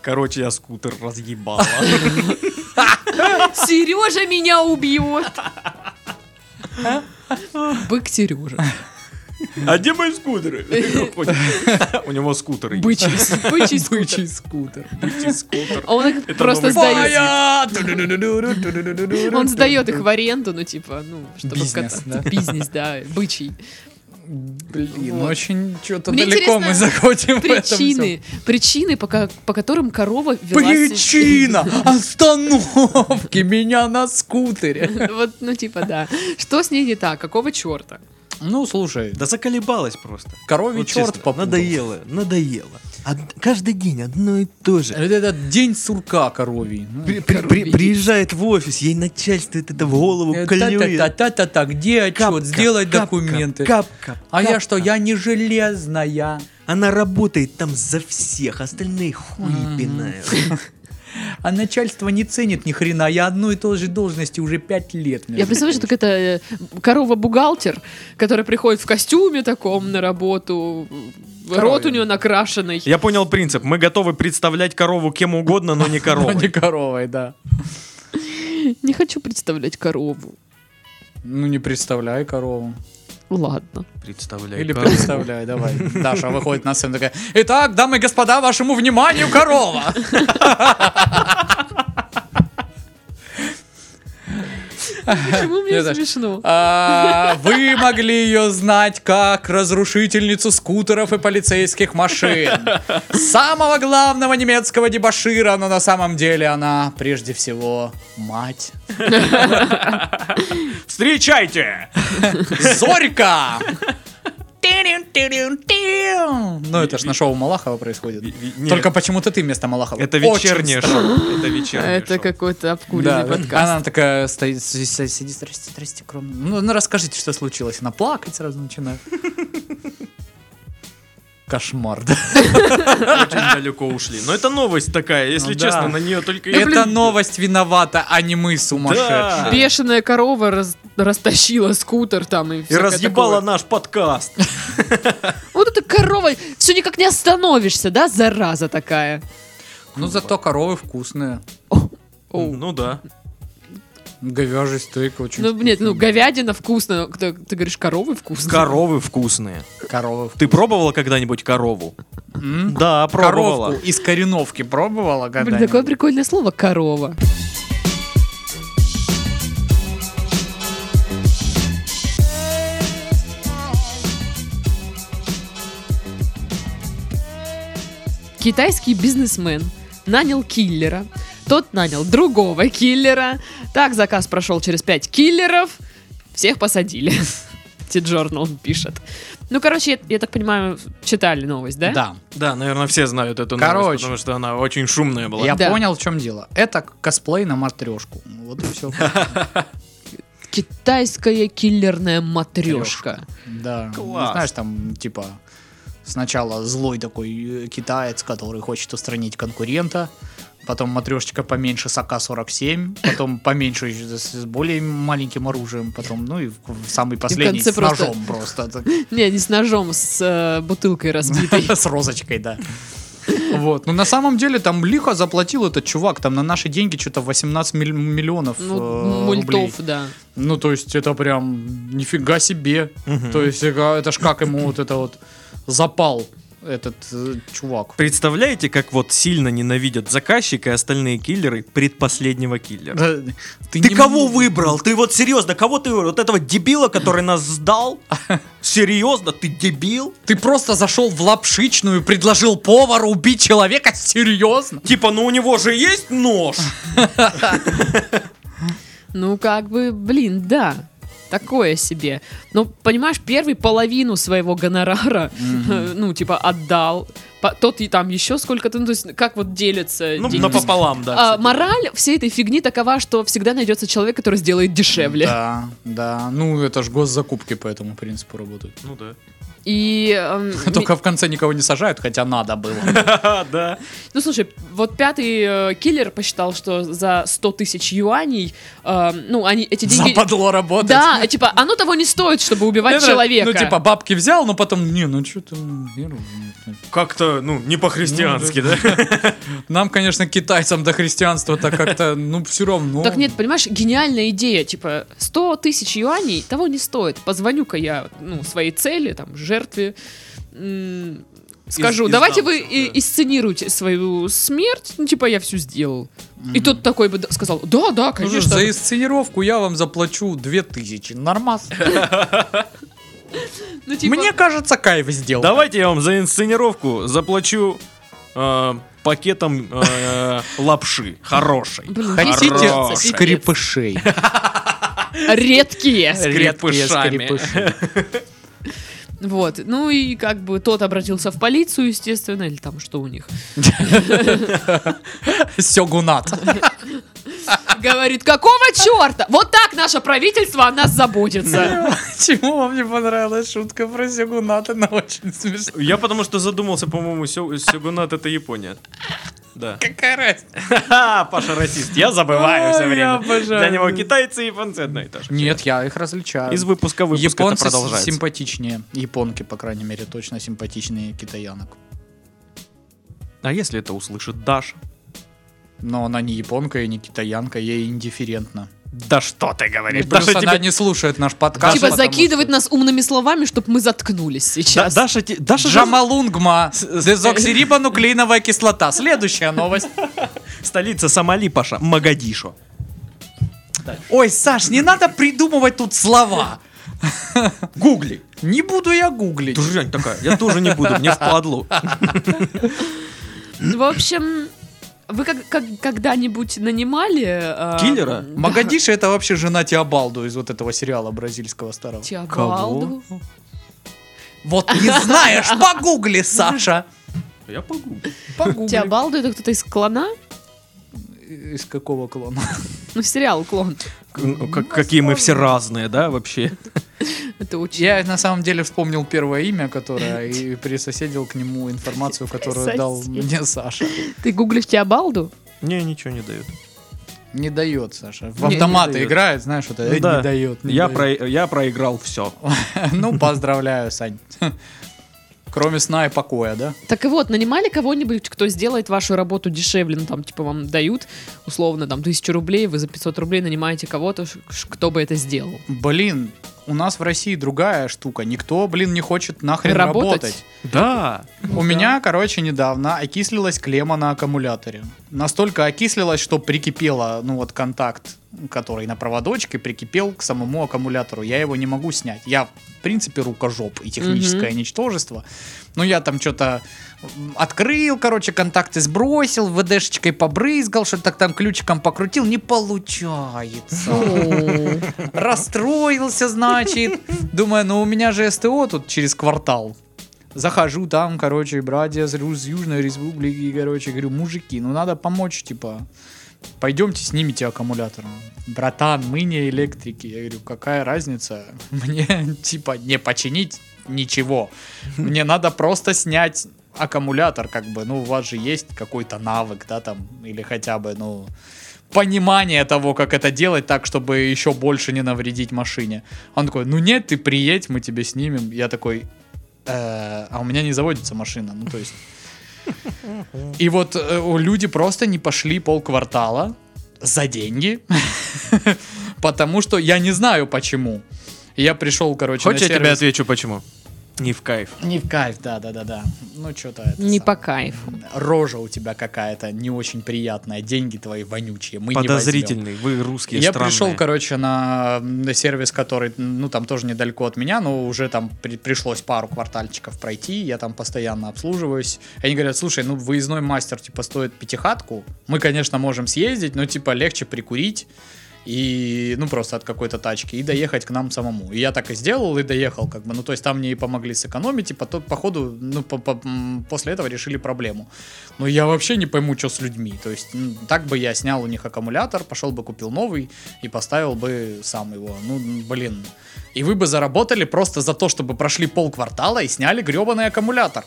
Короче, я скутер разъебала. Сережа меня убьет. Бык Сережа. А где мои скутеры? У него скутеры. есть. Бычий, с- бычий скутер. Бычий скутер. Бычий скутер. А он их просто новый сдает. Моя! Ту-ду-ду-ду-ду-ду-ду-ду-ду. Он сдает их в аренду, ну типа, ну, чтобы Бизнес, кота- да? Бизнес, да, бычий. Блин, Вот. очень что-то Мне далеко интересно, мы заходим в этом всём. Причины, причины, по, ко- по которым корова вела себя- Причина остановки меня на скутере. Вот, ну типа, да. Что с ней не так? Какого черта? Ну, слушай, Да заколебалась просто. коровий Вот черт честно, попутал. Надоело, надоело. Од- Каждый день одно и то же. Вот этот день сурка коровий. Ну, Э, При- при- при- приезжает в офис, ей начальство это в голову э, клюет. Та-та-та-та-та, где Кап-кап, отчет, сделать кап-кап, документы. кап-кап, А я кап-кап. что, я не железная. Она работает там за всех, остальные хуи пинают. А начальство не ценит ни хрена. Я одну и ту же должности уже пять лет. Я представляю, что это э, корова-бухгалтер, которая приходит в костюме таком на работу, рот у нее накрашенный. Я понял принцип. Мы готовы представлять корову кем угодно, но не Не коровой. коровой, да. Не хочу представлять корову. Ну, не представляй корову. Ладно. Представляй Или представляй, давай. Даша выходит на сцену такая, «Итак, дамы и господа, вашему вниманию корова!» Почему мне Я даже- смешно? А, Вы могли ее знать как разрушительницу скутеров и полицейских машин. Самого главного немецкого дебашира, но на самом деле она прежде всего мать. Встречайте! Зорька! Ну, это ж на шоу Малахова происходит. Ви- ви- нет. Только почему-то ты вместо Малахова. Это Очень вечернее странно. А, шоу. Это вечернее Это шоу. какой-то Да, обкуренный подкаст. она такая стоит, си- си- сидит, здрасте, здрасте, кроме. Ну, ну, расскажите, что случилось. Она плакать сразу начинает. Кошмар, да? Очень далеко ушли. Но Ну, это новость такая, если Ну да. честно, на нее только... и- Это новость виновата, а не мы сумасшедшие. Да. Бешеная корова раз- растащила скутер там и И всякое разъебала такое. наш подкаст. Вот эта корова, все никак не остановишься, да, зараза такая. Ну, зато коровы вкусные. Оу. Ну да. Говяжий стейк очень Ну, нет, ну, вкусный. говядина вкусно. Ты, ты говоришь, коровы вкусно? Коровы вкусные. ну- Коровы Ты пробовала когда-нибудь корову? вкусные. Да, Коровку пробовала. из кореновки пробовала Блин, когда такое прикольное слово корова. Китайский бизнесмен нанял киллера. Тот нанял другого киллера. Так заказ прошел через пять киллеров. Всех посадили. Ти-журнал пишет. Ну, короче, я, я так понимаю, читали новость, да? Да. Да, наверное, все знают эту Короче. новость, потому что она очень шумная была. Я Да. понял, в чем дело. Это косплей на матрешку. Вот и все. Китайская киллерная матрешка. Да. Ну, Класс. Знаешь, там, типа, сначала злой такой э, китаец, который хочет устранить конкурента, потом матрешечка поменьше с А АК-47, потом поменьше еще с, с более маленьким оружием, потом, ну и в, в самый последний конце с просто- ножом просто, так, Не, не с ножом, с э, бутылкой разбитой. с розочкой, да. Вот. Ну, на самом деле, там лихо заплатил этот чувак. Там на наши деньги что-то 18 миль- миллионов Ну, э, рублей. мультов, да. Ну, то есть это прям нифига себе. То есть э, это ж как ему вот это вот запал этот э, чувак. Представляете, как вот сильно ненавидят заказчика и остальные киллеры предпоследнего киллера? Да, Ты не кого м- выбрал? Ты вот серьезно, кого ты выбрал? Вот этого дебила, который нас сдал? Серьезно, ты дебил? Ты просто зашел в лапшичную и предложил повару убить человека? Серьезно? Типа, ну у него же есть нож? Ну, как бы, блин, да. Такое себе. Но, понимаешь, первый половину своего гонорара, э, ну, типа, отдал. по- тот и там еще сколько-то, ну, то есть как вот делятся Ну, деньги. напополам, да. А, кстати. мораль всей этой фигни такова, что всегда найдется человек, который сделает дешевле. Да, да. Ну, это ж госзакупки по этому принципу работают. Ну да. И эм, Только в конце никого не сажают, хотя надо было. А, да. Ну, слушай, вот пятый э, киллер посчитал, что за 100 тысяч юаней, э, ну, они эти деньги... Западло работать. Да, типа, оно того не стоит, чтобы убивать Это, человека. Ну, типа, бабки взял, но потом, не, ну что-то... Как-то, ну, не по-христиански, Ну да? Нам, конечно, китайцам до христианства-то как-то, ну, все равно. Так нет, понимаешь, гениальная идея, типа, 100 тысяч юаней того не стоит. Позвоню-ка я, ну, своей цели, там, жертве, м, скажу, Из- давайте издам вы всё, и- да. исценируйте свою смерть, ну, типа, я все сделал. И тот такой бы д- сказал, да, да, Ну, конечно. За инсценировку я вам заплачу 2000. Нормас. Ну, типа, Мне кажется, кайф сделал. Давайте я вам за инсценировку заплачу э, пакетом э, лапши. Хорошей. Блин, Хотите Хороший. скрипышей? редкие. Редкие Скрепышами. скрепыши. Вот. Ну и как бы тот обратился в полицию, естественно, или там что у них. Сёгунат. Говорит, какого черта? Вот так наше правительство о нас Ну, заботится. Почему вам не понравилась шутка про Сёгунат? Она очень смешная. Я потому что задумался, по-моему, сё- сёгунат это Япония. Да. Какая разница? Ха, Паша расист. Я забываю все Ой, время. я обожаю. Для него китайцы и японцы одно и то же. Нет, я их различаю. Из выпуска в выпуск это Японцы продолжается. симпатичнее. Японки, по крайней мере, точно симпатичнее китаянок. А если это услышит Даша? Но она не японка и не китаянка, ей индифферентно. Да что ты И говоришь? плюс Даша она тебе... не слушает наш подкаст. Типа потому закидывать что- нас умными словами, чтобы мы заткнулись Да- сейчас. Даша те- Даша же Джамалунгма, дезоксирибонуклеиновая кислота. Следующая новость. столица Сомали, Паша. Магадишо. Ой, Саш, не надо придумывать тут слова. Гугли. Не буду я гуглить. Жрянь такая. Я тоже не буду, мне впадлу. В общем, вы как, как- когда-нибудь нанимали... э, Киллера? Магадиши это вообще жена Теобалду из вот этого сериала бразильского старого. Теобалду? Вот не знаешь, погугли, Саша. Я погуглю. Погугли. Теобалду это кто-то из клона? Из какого клона? Ну, сериал клон. Ну, Какие мы все разные, да, вообще? Это очень... Я на самом деле вспомнил первое имя, которое и присоседил к нему информацию, которую дал Присоседил. мне Саша. Ты гуглишь Теобалду? Не, ничего не дают. Не дает, Саша. В Не, не автоматы дает. играет, знаешь, вот это Ну да. Э, не дает. не Я, дает. про, я проиграл все. Ну, поздравляю, Сань. Кроме сна и покоя, да? Так и вот, нанимали кого-нибудь, кто сделает вашу работу дешевле, ну там типа вам дают условно там тысячу рублей, вы за 500 рублей нанимаете кого-то, ш- ш- кто бы это сделал. Блин, у нас в России другая штука. Никто, блин, не хочет нахрен Работать? работать. Да. У меня, короче, недавно окислилась клемма на аккумуляторе. Настолько окислилась, что прикипела, ну вот контакт, который на проводочке, прикипел к самому аккумулятору. Я его не могу снять. Я, в принципе, рукожоп и техническое ничтожество. Но я там что-то открыл, короче, контакты сбросил, ВДшечкой побрызгал, что-то так там ключиком покрутил. Не получается. Расстроился, значит. Думаю, ну у меня же СТО тут через квартал. Захожу там, короче, братья с Рю- с Южной Республики, короче, говорю, мужики, ну надо помочь, типа, пойдемте снимите аккумулятор. Братан, мы не электрики. Я говорю, какая разница? Мне, типа, не починить ничего. Мне надо просто снять аккумулятор, как бы, ну, у вас же есть какой-то навык, да, там, или хотя бы, ну, понимание того, как это делать так, чтобы еще больше не навредить машине. Он такой, ну нет, ты приедь, мы тебе снимем. Я такой, «Э, а у меня не заводится машина, ну то есть. И вот э, у- люди просто не пошли полквартала за деньги, потому что я не знаю почему. Я пришел, короче, Хочешь, на я тебе сервис. отвечу, почему? Не в кайф. Не в кайф, да, да, да, да. Ну что-то это. Не самое. по кайфу. Рожа у тебя какая-то не очень приятная, деньги твои вонючие. Мы не возьмем. Подозрительный. Вы русские Я странные. пришел, короче, на, на сервис, который, ну, там тоже недалеко от меня, но уже там при- пришлось пару квартальчиков пройти, я там постоянно обслуживаюсь. И они говорят, слушай, ну, выездной мастер, типа, стоит пятихатку, мы, конечно, можем съездить, но, типа, легче прикурить и, ну, просто от какой-то тачки, и доехать к нам самому. И я так и сделал, и доехал, как бы, ну, то есть там мне и помогли сэкономить, и потом, походу, ну, по- по- м, после этого решили проблему. Но Ну, я вообще не пойму, что с людьми, то есть м, так бы я снял у них аккумулятор, пошел бы купил новый и поставил бы сам его, ну, блин. И вы бы заработали просто за то, чтобы прошли полквартала и сняли гребаный аккумулятор.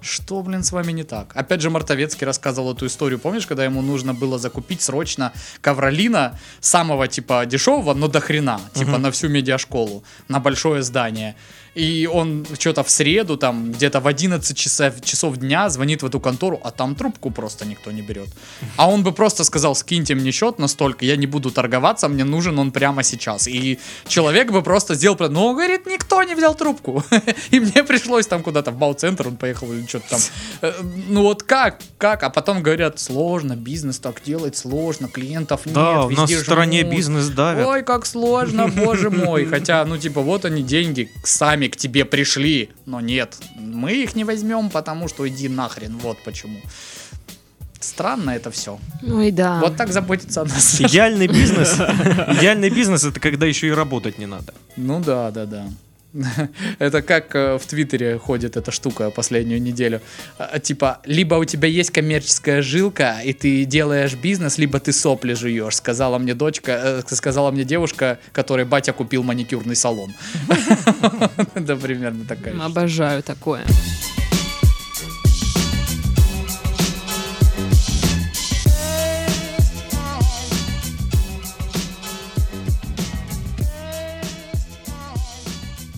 Что, блин, с вами не так? Опять же, Мартовецкий рассказывал эту историю, помнишь, когда ему нужно было закупить срочно ковролина самого, типа, дешевого, но до хрена, типа, на всю медиашколу, на большое здание. И он что-то в среду, там, где-то в 11 часов, часов дня звонит в эту контору, а там трубку просто никто не берет. А он бы просто сказал, скиньте мне счет настолько, я не буду торговаться, мне нужен он прямо сейчас. И человек бы просто сделал, про- ну, говорит, никто не взял трубку. И мне пришлось там куда-то в бау-центр, он поехал или что-то там. Э, Ну вот как, как? А потом говорят, сложно, бизнес так делать, сложно, клиентов нет. Да, у нас везде в стране жмут». бизнес давит. Ой, как сложно, боже мой. Хотя, ну, типа, вот они деньги, сами к тебе пришли. Но нет, мы их не возьмем, потому что иди нахрен, вот почему. Странно это все. Ой, да. Вот так заботиться о нас. Идеальный бизнес. Идеальный бизнес это когда еще и работать не надо. Ну да, да, да. Это как э, в Твиттере ходит эта штука последнюю неделю. А, Типа, либо у тебя есть коммерческая жилка, и ты делаешь бизнес, либо ты сопли жуешь, сказала мне дочка, э, сказала мне девушка, которой батя купил маникюрный салон. Да, примерно такая. же. Обожаю такое.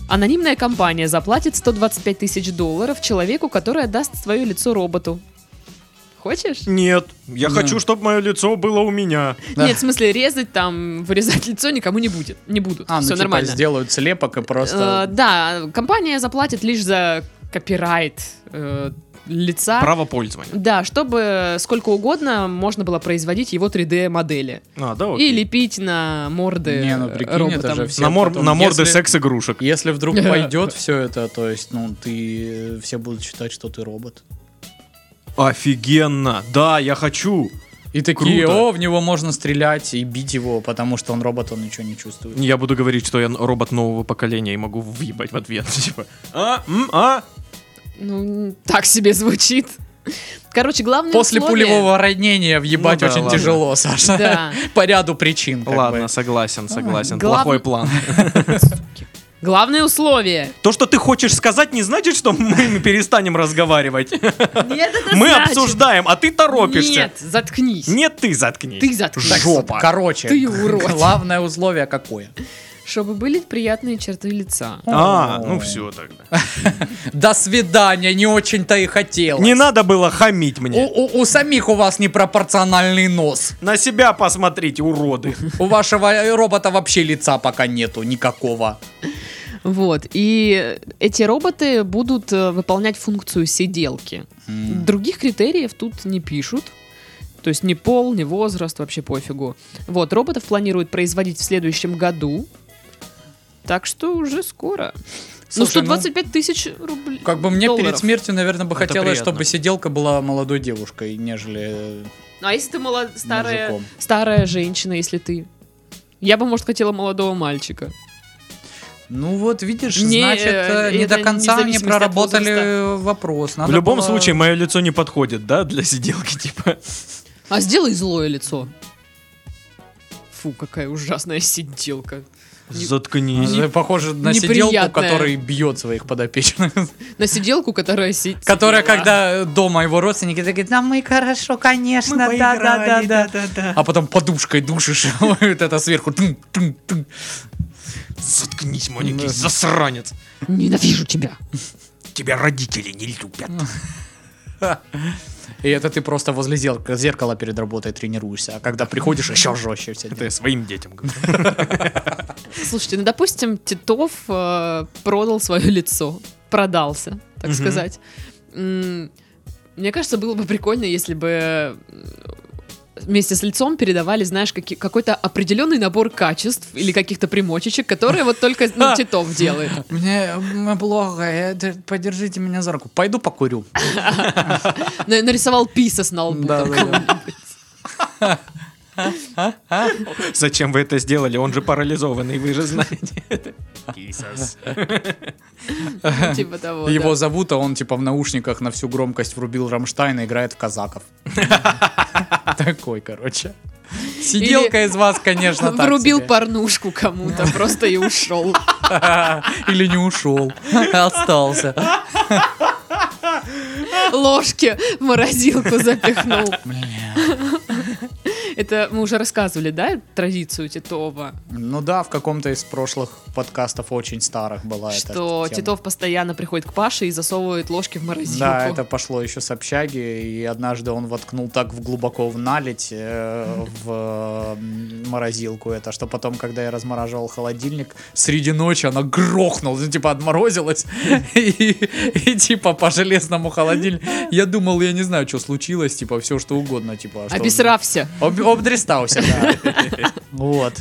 Анонимная компания заплатит 125 тысяч долларов человеку, который отдаст свое лицо роботу. Хочешь? Нет, я Да. хочу, чтобы мое лицо было у меня. Да. Нет, в смысле, резать там, вырезать лицо никому не будет. Не будут. А, ну Все типа нормально. сделают слепок и Э, просто... да, компания заплатит лишь за копирайт э, лица. Право пользования. Да, чтобы сколько угодно можно было производить его 3D-модели. А, да, И окей. лепить на морды Не, ну, э, прикинь, это роботам. же все на, мор- потом, на морды если- секс-игрушек. Если вдруг пойдет все это, то есть, ну, ты... э, Все будут считать, что ты робот. Офигенно! Да, я хочу! И такие, Круто. о, в него можно стрелять и бить его, потому что он робот, он ничего не чувствует. Ну, Я буду говорить, что я н- робот нового поколения и могу въебать в ответ. Типа, а, м, а? Ну, н- так себе звучит. Короче, главное После условие- пулевого ранения въебать Ну да, очень ладно. тяжело, Саша. Да. По ряду причин. как Ладно, бы. согласен, согласен. глав- Плохой план. Главное условие. То, что ты хочешь сказать, не значит, что мы перестанем разговаривать. Нет, это Мы значит- обсуждаем, а ты торопишься. Нет, заткнись. Нет, ты заткнись. Ты заткнись. Так, Жопа. Короче, Ты урод. главное условие какое? Чтобы были приятные черты лица. А, О. ну все тогда. До свидания, не очень-то и хотелось. Не надо было хамить У, мне. у- у самих у вас непропорциональный нос. На себя посмотрите, уроды. У вашего э, робота вообще лица пока нету никакого. Вот. И эти роботы будут э, выполнять функцию сиделки. Других критериев тут не пишут. То есть ни пол, ни возраст, вообще пофигу. Вот, роботов планируют производить в следующем году. Так что уже скоро. ну, Слушай, 125 тысяч рублей. Как бы мне перед долларов. смертью, наверное, бы Это хотелось, приятно. чтобы сиделка была молодой девушкой, нежели э, А если ты мала- старая, мужиком. старая женщина, если ты... Я бы, может, хотела молодого мальчика. Ну вот, видишь, Не, значит, э, э, не это до конца не независимость от проработали вопрос. В Надо любом было- случае, мое лицо не подходит, да, для сиделки, типа. А сделай злое лицо. Фу, какая ужасная сиделка. Не- Заткнись. Э, Похоже на Неприятное. сиделку, который бьет своих подопечных. На сиделку, которая сидит. Которая, когда дома его родственники, такие, да мы хорошо, конечно, да-да-да-да. А потом подушкой душишь, вот это сверху. тун, тун, тун. Заткнись, маленький засранец. Ненавижу тебя. Тебя родители не любят. И это ты просто возле зеркала, зеркала перед работой тренируешься. А когда приходишь, еще жестче все. Это я своим детям говорю. Слушайте, ну, допустим, Титов э, продал свое лицо. Продался, так Мгм. сказать. М, Мне кажется, было бы прикольно, если бы э, вместе с лицом передавали, знаешь, каки- какой-то определенный набор качеств или каких-то примочечек, которые вот только ну, Титов делает. Мне м, плохо, э, д- подержите меня за руку. Пойду покурю. На- Нарисовал писас на лбу. Да, там да, да. какого-нибудь. Зачем вы это сделали? Он же парализованный, вы же знаете. Ну, Типа того, да. Его зовут, а он типа в наушниках на всю громкость врубил Рамштайн и играет в казаков. Такой, короче. Сиделка из вас, конечно, так Врубил себе. порнушку кому-то просто и ушел. Или не ушел, остался. Ложки в морозилку запихнул. Бля. Это мы уже рассказывали, да, традицию Титова? Ну да, в каком-то из прошлых подкастов очень старых была эта Что А, тема. Титов постоянно приходит к Паше и засовывает ложки в морозилку. Да, это пошло еще с общаги, и однажды он воткнул так в глубоко в наледь э, в э, морозилку это, что потом, когда я размораживал холодильник, среди ночи она грохнула, ну, типа отморозилась, и, и типа по железному холодильнику. Я думал, я не знаю, что случилось, типа все что угодно, типа. А что- Обесрався. Об- обдрестался, да. Вот.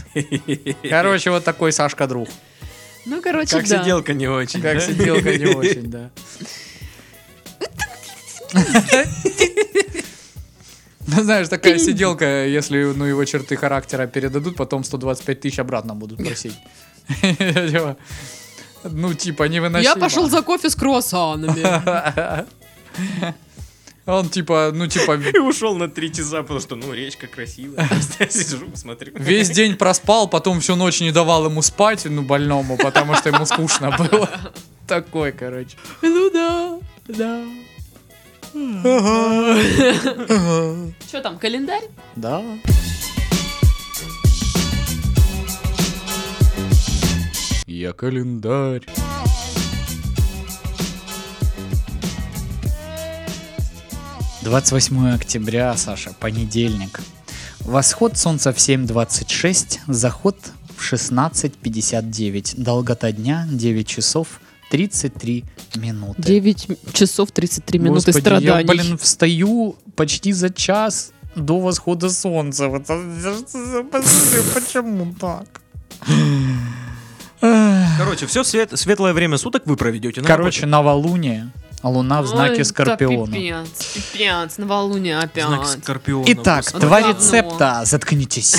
Короче, вот такой Сашка друг. Ну, короче, Как да. сиделка не очень. Как да? сиделка не очень, да. Ну, знаешь, такая сиделка, если ну, его черты характера передадут, потом 125 тысяч обратно будут просить. Типа, Ну, типа, невыносимо. Я пошел за кофе с круассанами. Он, типа, ну, типа, И ушел на три часа, потому что, ну, речка красивая. Я сижу, смотрю. весь день проспал, потом всю ночь не давал ему спать, ну, больному, потому что ему скучно было. Такой, короче. Ну да, да. Что там, календарь? Да. Я календарь. Двадцать восьмое октября, Саша, понедельник. Восход солнца в 7.26, заход в 16.59. Долгота дня 9 часов 33 минуты. 9 часов 33 минуты Господи, страданий. Я, блин, встаю почти за час до восхода солнца. Вот это- Посмотри, почему так? Короче, все светлое время суток вы ну, проведете. Ну, Короче, новолуние, а луна в знаке Ой, Скорпиона. Да, пипец, пипец, новолуние опять. знак скорпиона. Итак, Ну, два говно. рецепта. Заткнитесь.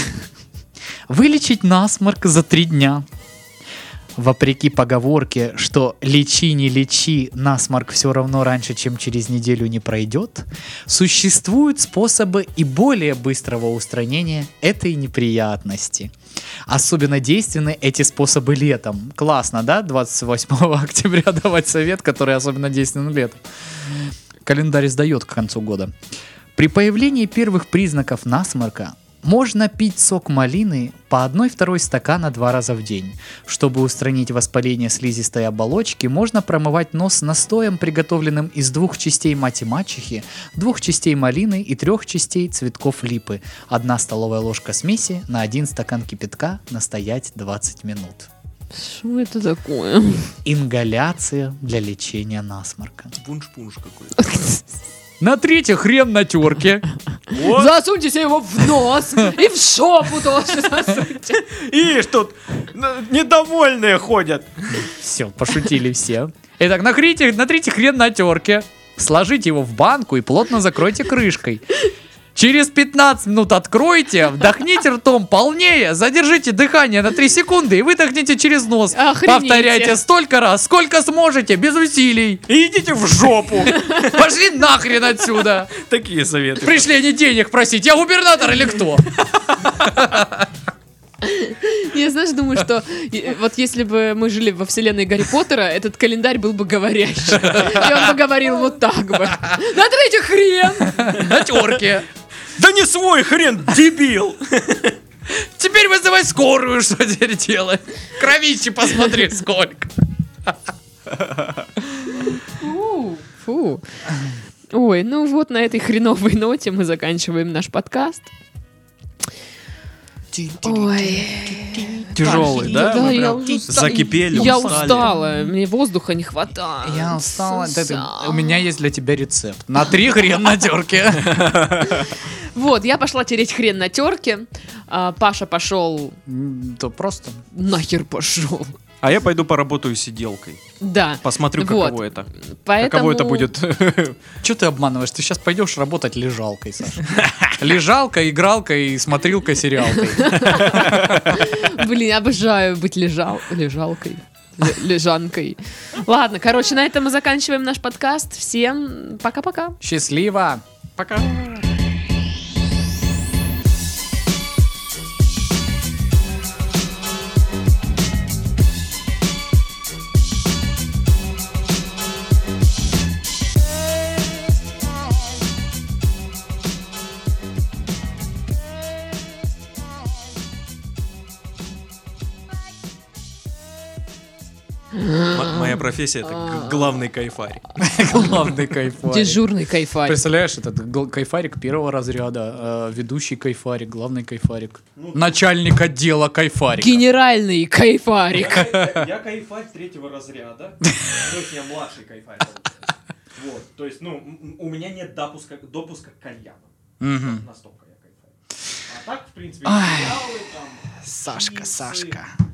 Вылечить насморк за три дня. Вопреки поговорке, что лечи, не лечи, насморк все равно раньше, чем через неделю не пройдет, существуют способы и более быстрого устранения этой неприятности. Особенно действенны эти способы летом. Классно, да, 28 октября давать совет, который особенно действенен летом. Календарь сдает к концу года. При появлении первых признаков насморка можно пить сок малины по 1-2 стакана два раза в день. Чтобы устранить воспаление слизистой оболочки, можно промывать нос настоем, приготовленным из двух частей мати мачехи, двух частей малины и трех частей цветков липы. Одна столовая ложка смеси на один стакан кипятка настоять 20 минут. Что это такое? Ингаляция для лечения насморка. пунш-пунш какой-то. На третье хрен на терке. Засуньте себе его в нос и в шопу тоже засуньте. Ишь, тут ну, недовольные ходят. Все, пошутили все. Итак, натрите, натрите хрен на терке, сложите его в банку и плотно закройте крышкой. Через 15 минут откройте, вдохните ртом полнее, задержите дыхание на 3 секунды и выдохните через нос. Охренеть. Повторяйте столько раз, сколько сможете, без усилий. И идите в жопу. Пошли нахрен отсюда. Такие советы. Пришли они денег просить. Я губернатор или кто? Я, знаешь, думаю, что э, вот если бы мы жили во вселенной Гарри Поттера, этот календарь был бы говорящий. И он бы говорил вот так бы. На третий хрен! На терке. Да не свой хрен, дебил. Теперь вызывай скорую, что теперь делать? Кровище посмотри сколько. Фу, Фу. Ой, ну вот на этой хреновой ноте мы заканчиваем наш подкаст. Ой. Тяжелый, Да, да? Ну, да, Мы я прям уже устала. Закипели, Я устали. устала, мне воздуха не хватает. Я устал от этого. Устала. У меня есть для тебя рецепт. На три хрен на терке. Вот, я пошла тереть хрен на терке. а Паша пошел, То просто. нахер пошел. А я пойду поработаю сиделкой. Да. Посмотрю, Вот. каково это. Поэтому... Каково это будет. Че ты обманываешь? Ты сейчас пойдешь работать лежалкой, Саша. Лежалка, игралка и смотрилка сериалкой. Блин, обожаю быть лежал, лежалкой. Ле- Лежанкой. Ладно, короче, на этом мы заканчиваем наш подкаст. Всем пока-пока. Счастливо! Пока. М- Моя профессия это А. г- главный кайфарь. Главный кайфарик. Дежурный кайфай. Представляешь, этот гл- кайфарик первого разряда, э, ведущий кайфарик, главный кайфарик, начальник отдела кайфарик. Генеральный кайфарик. Я кайфарь третьего разряда. То есть я младший кайфарь. Вот. То есть, ну, у меня нет допуска, допуска к кальянам. Настолько я кайфарь. А так, в принципе, Сашка, Сашка.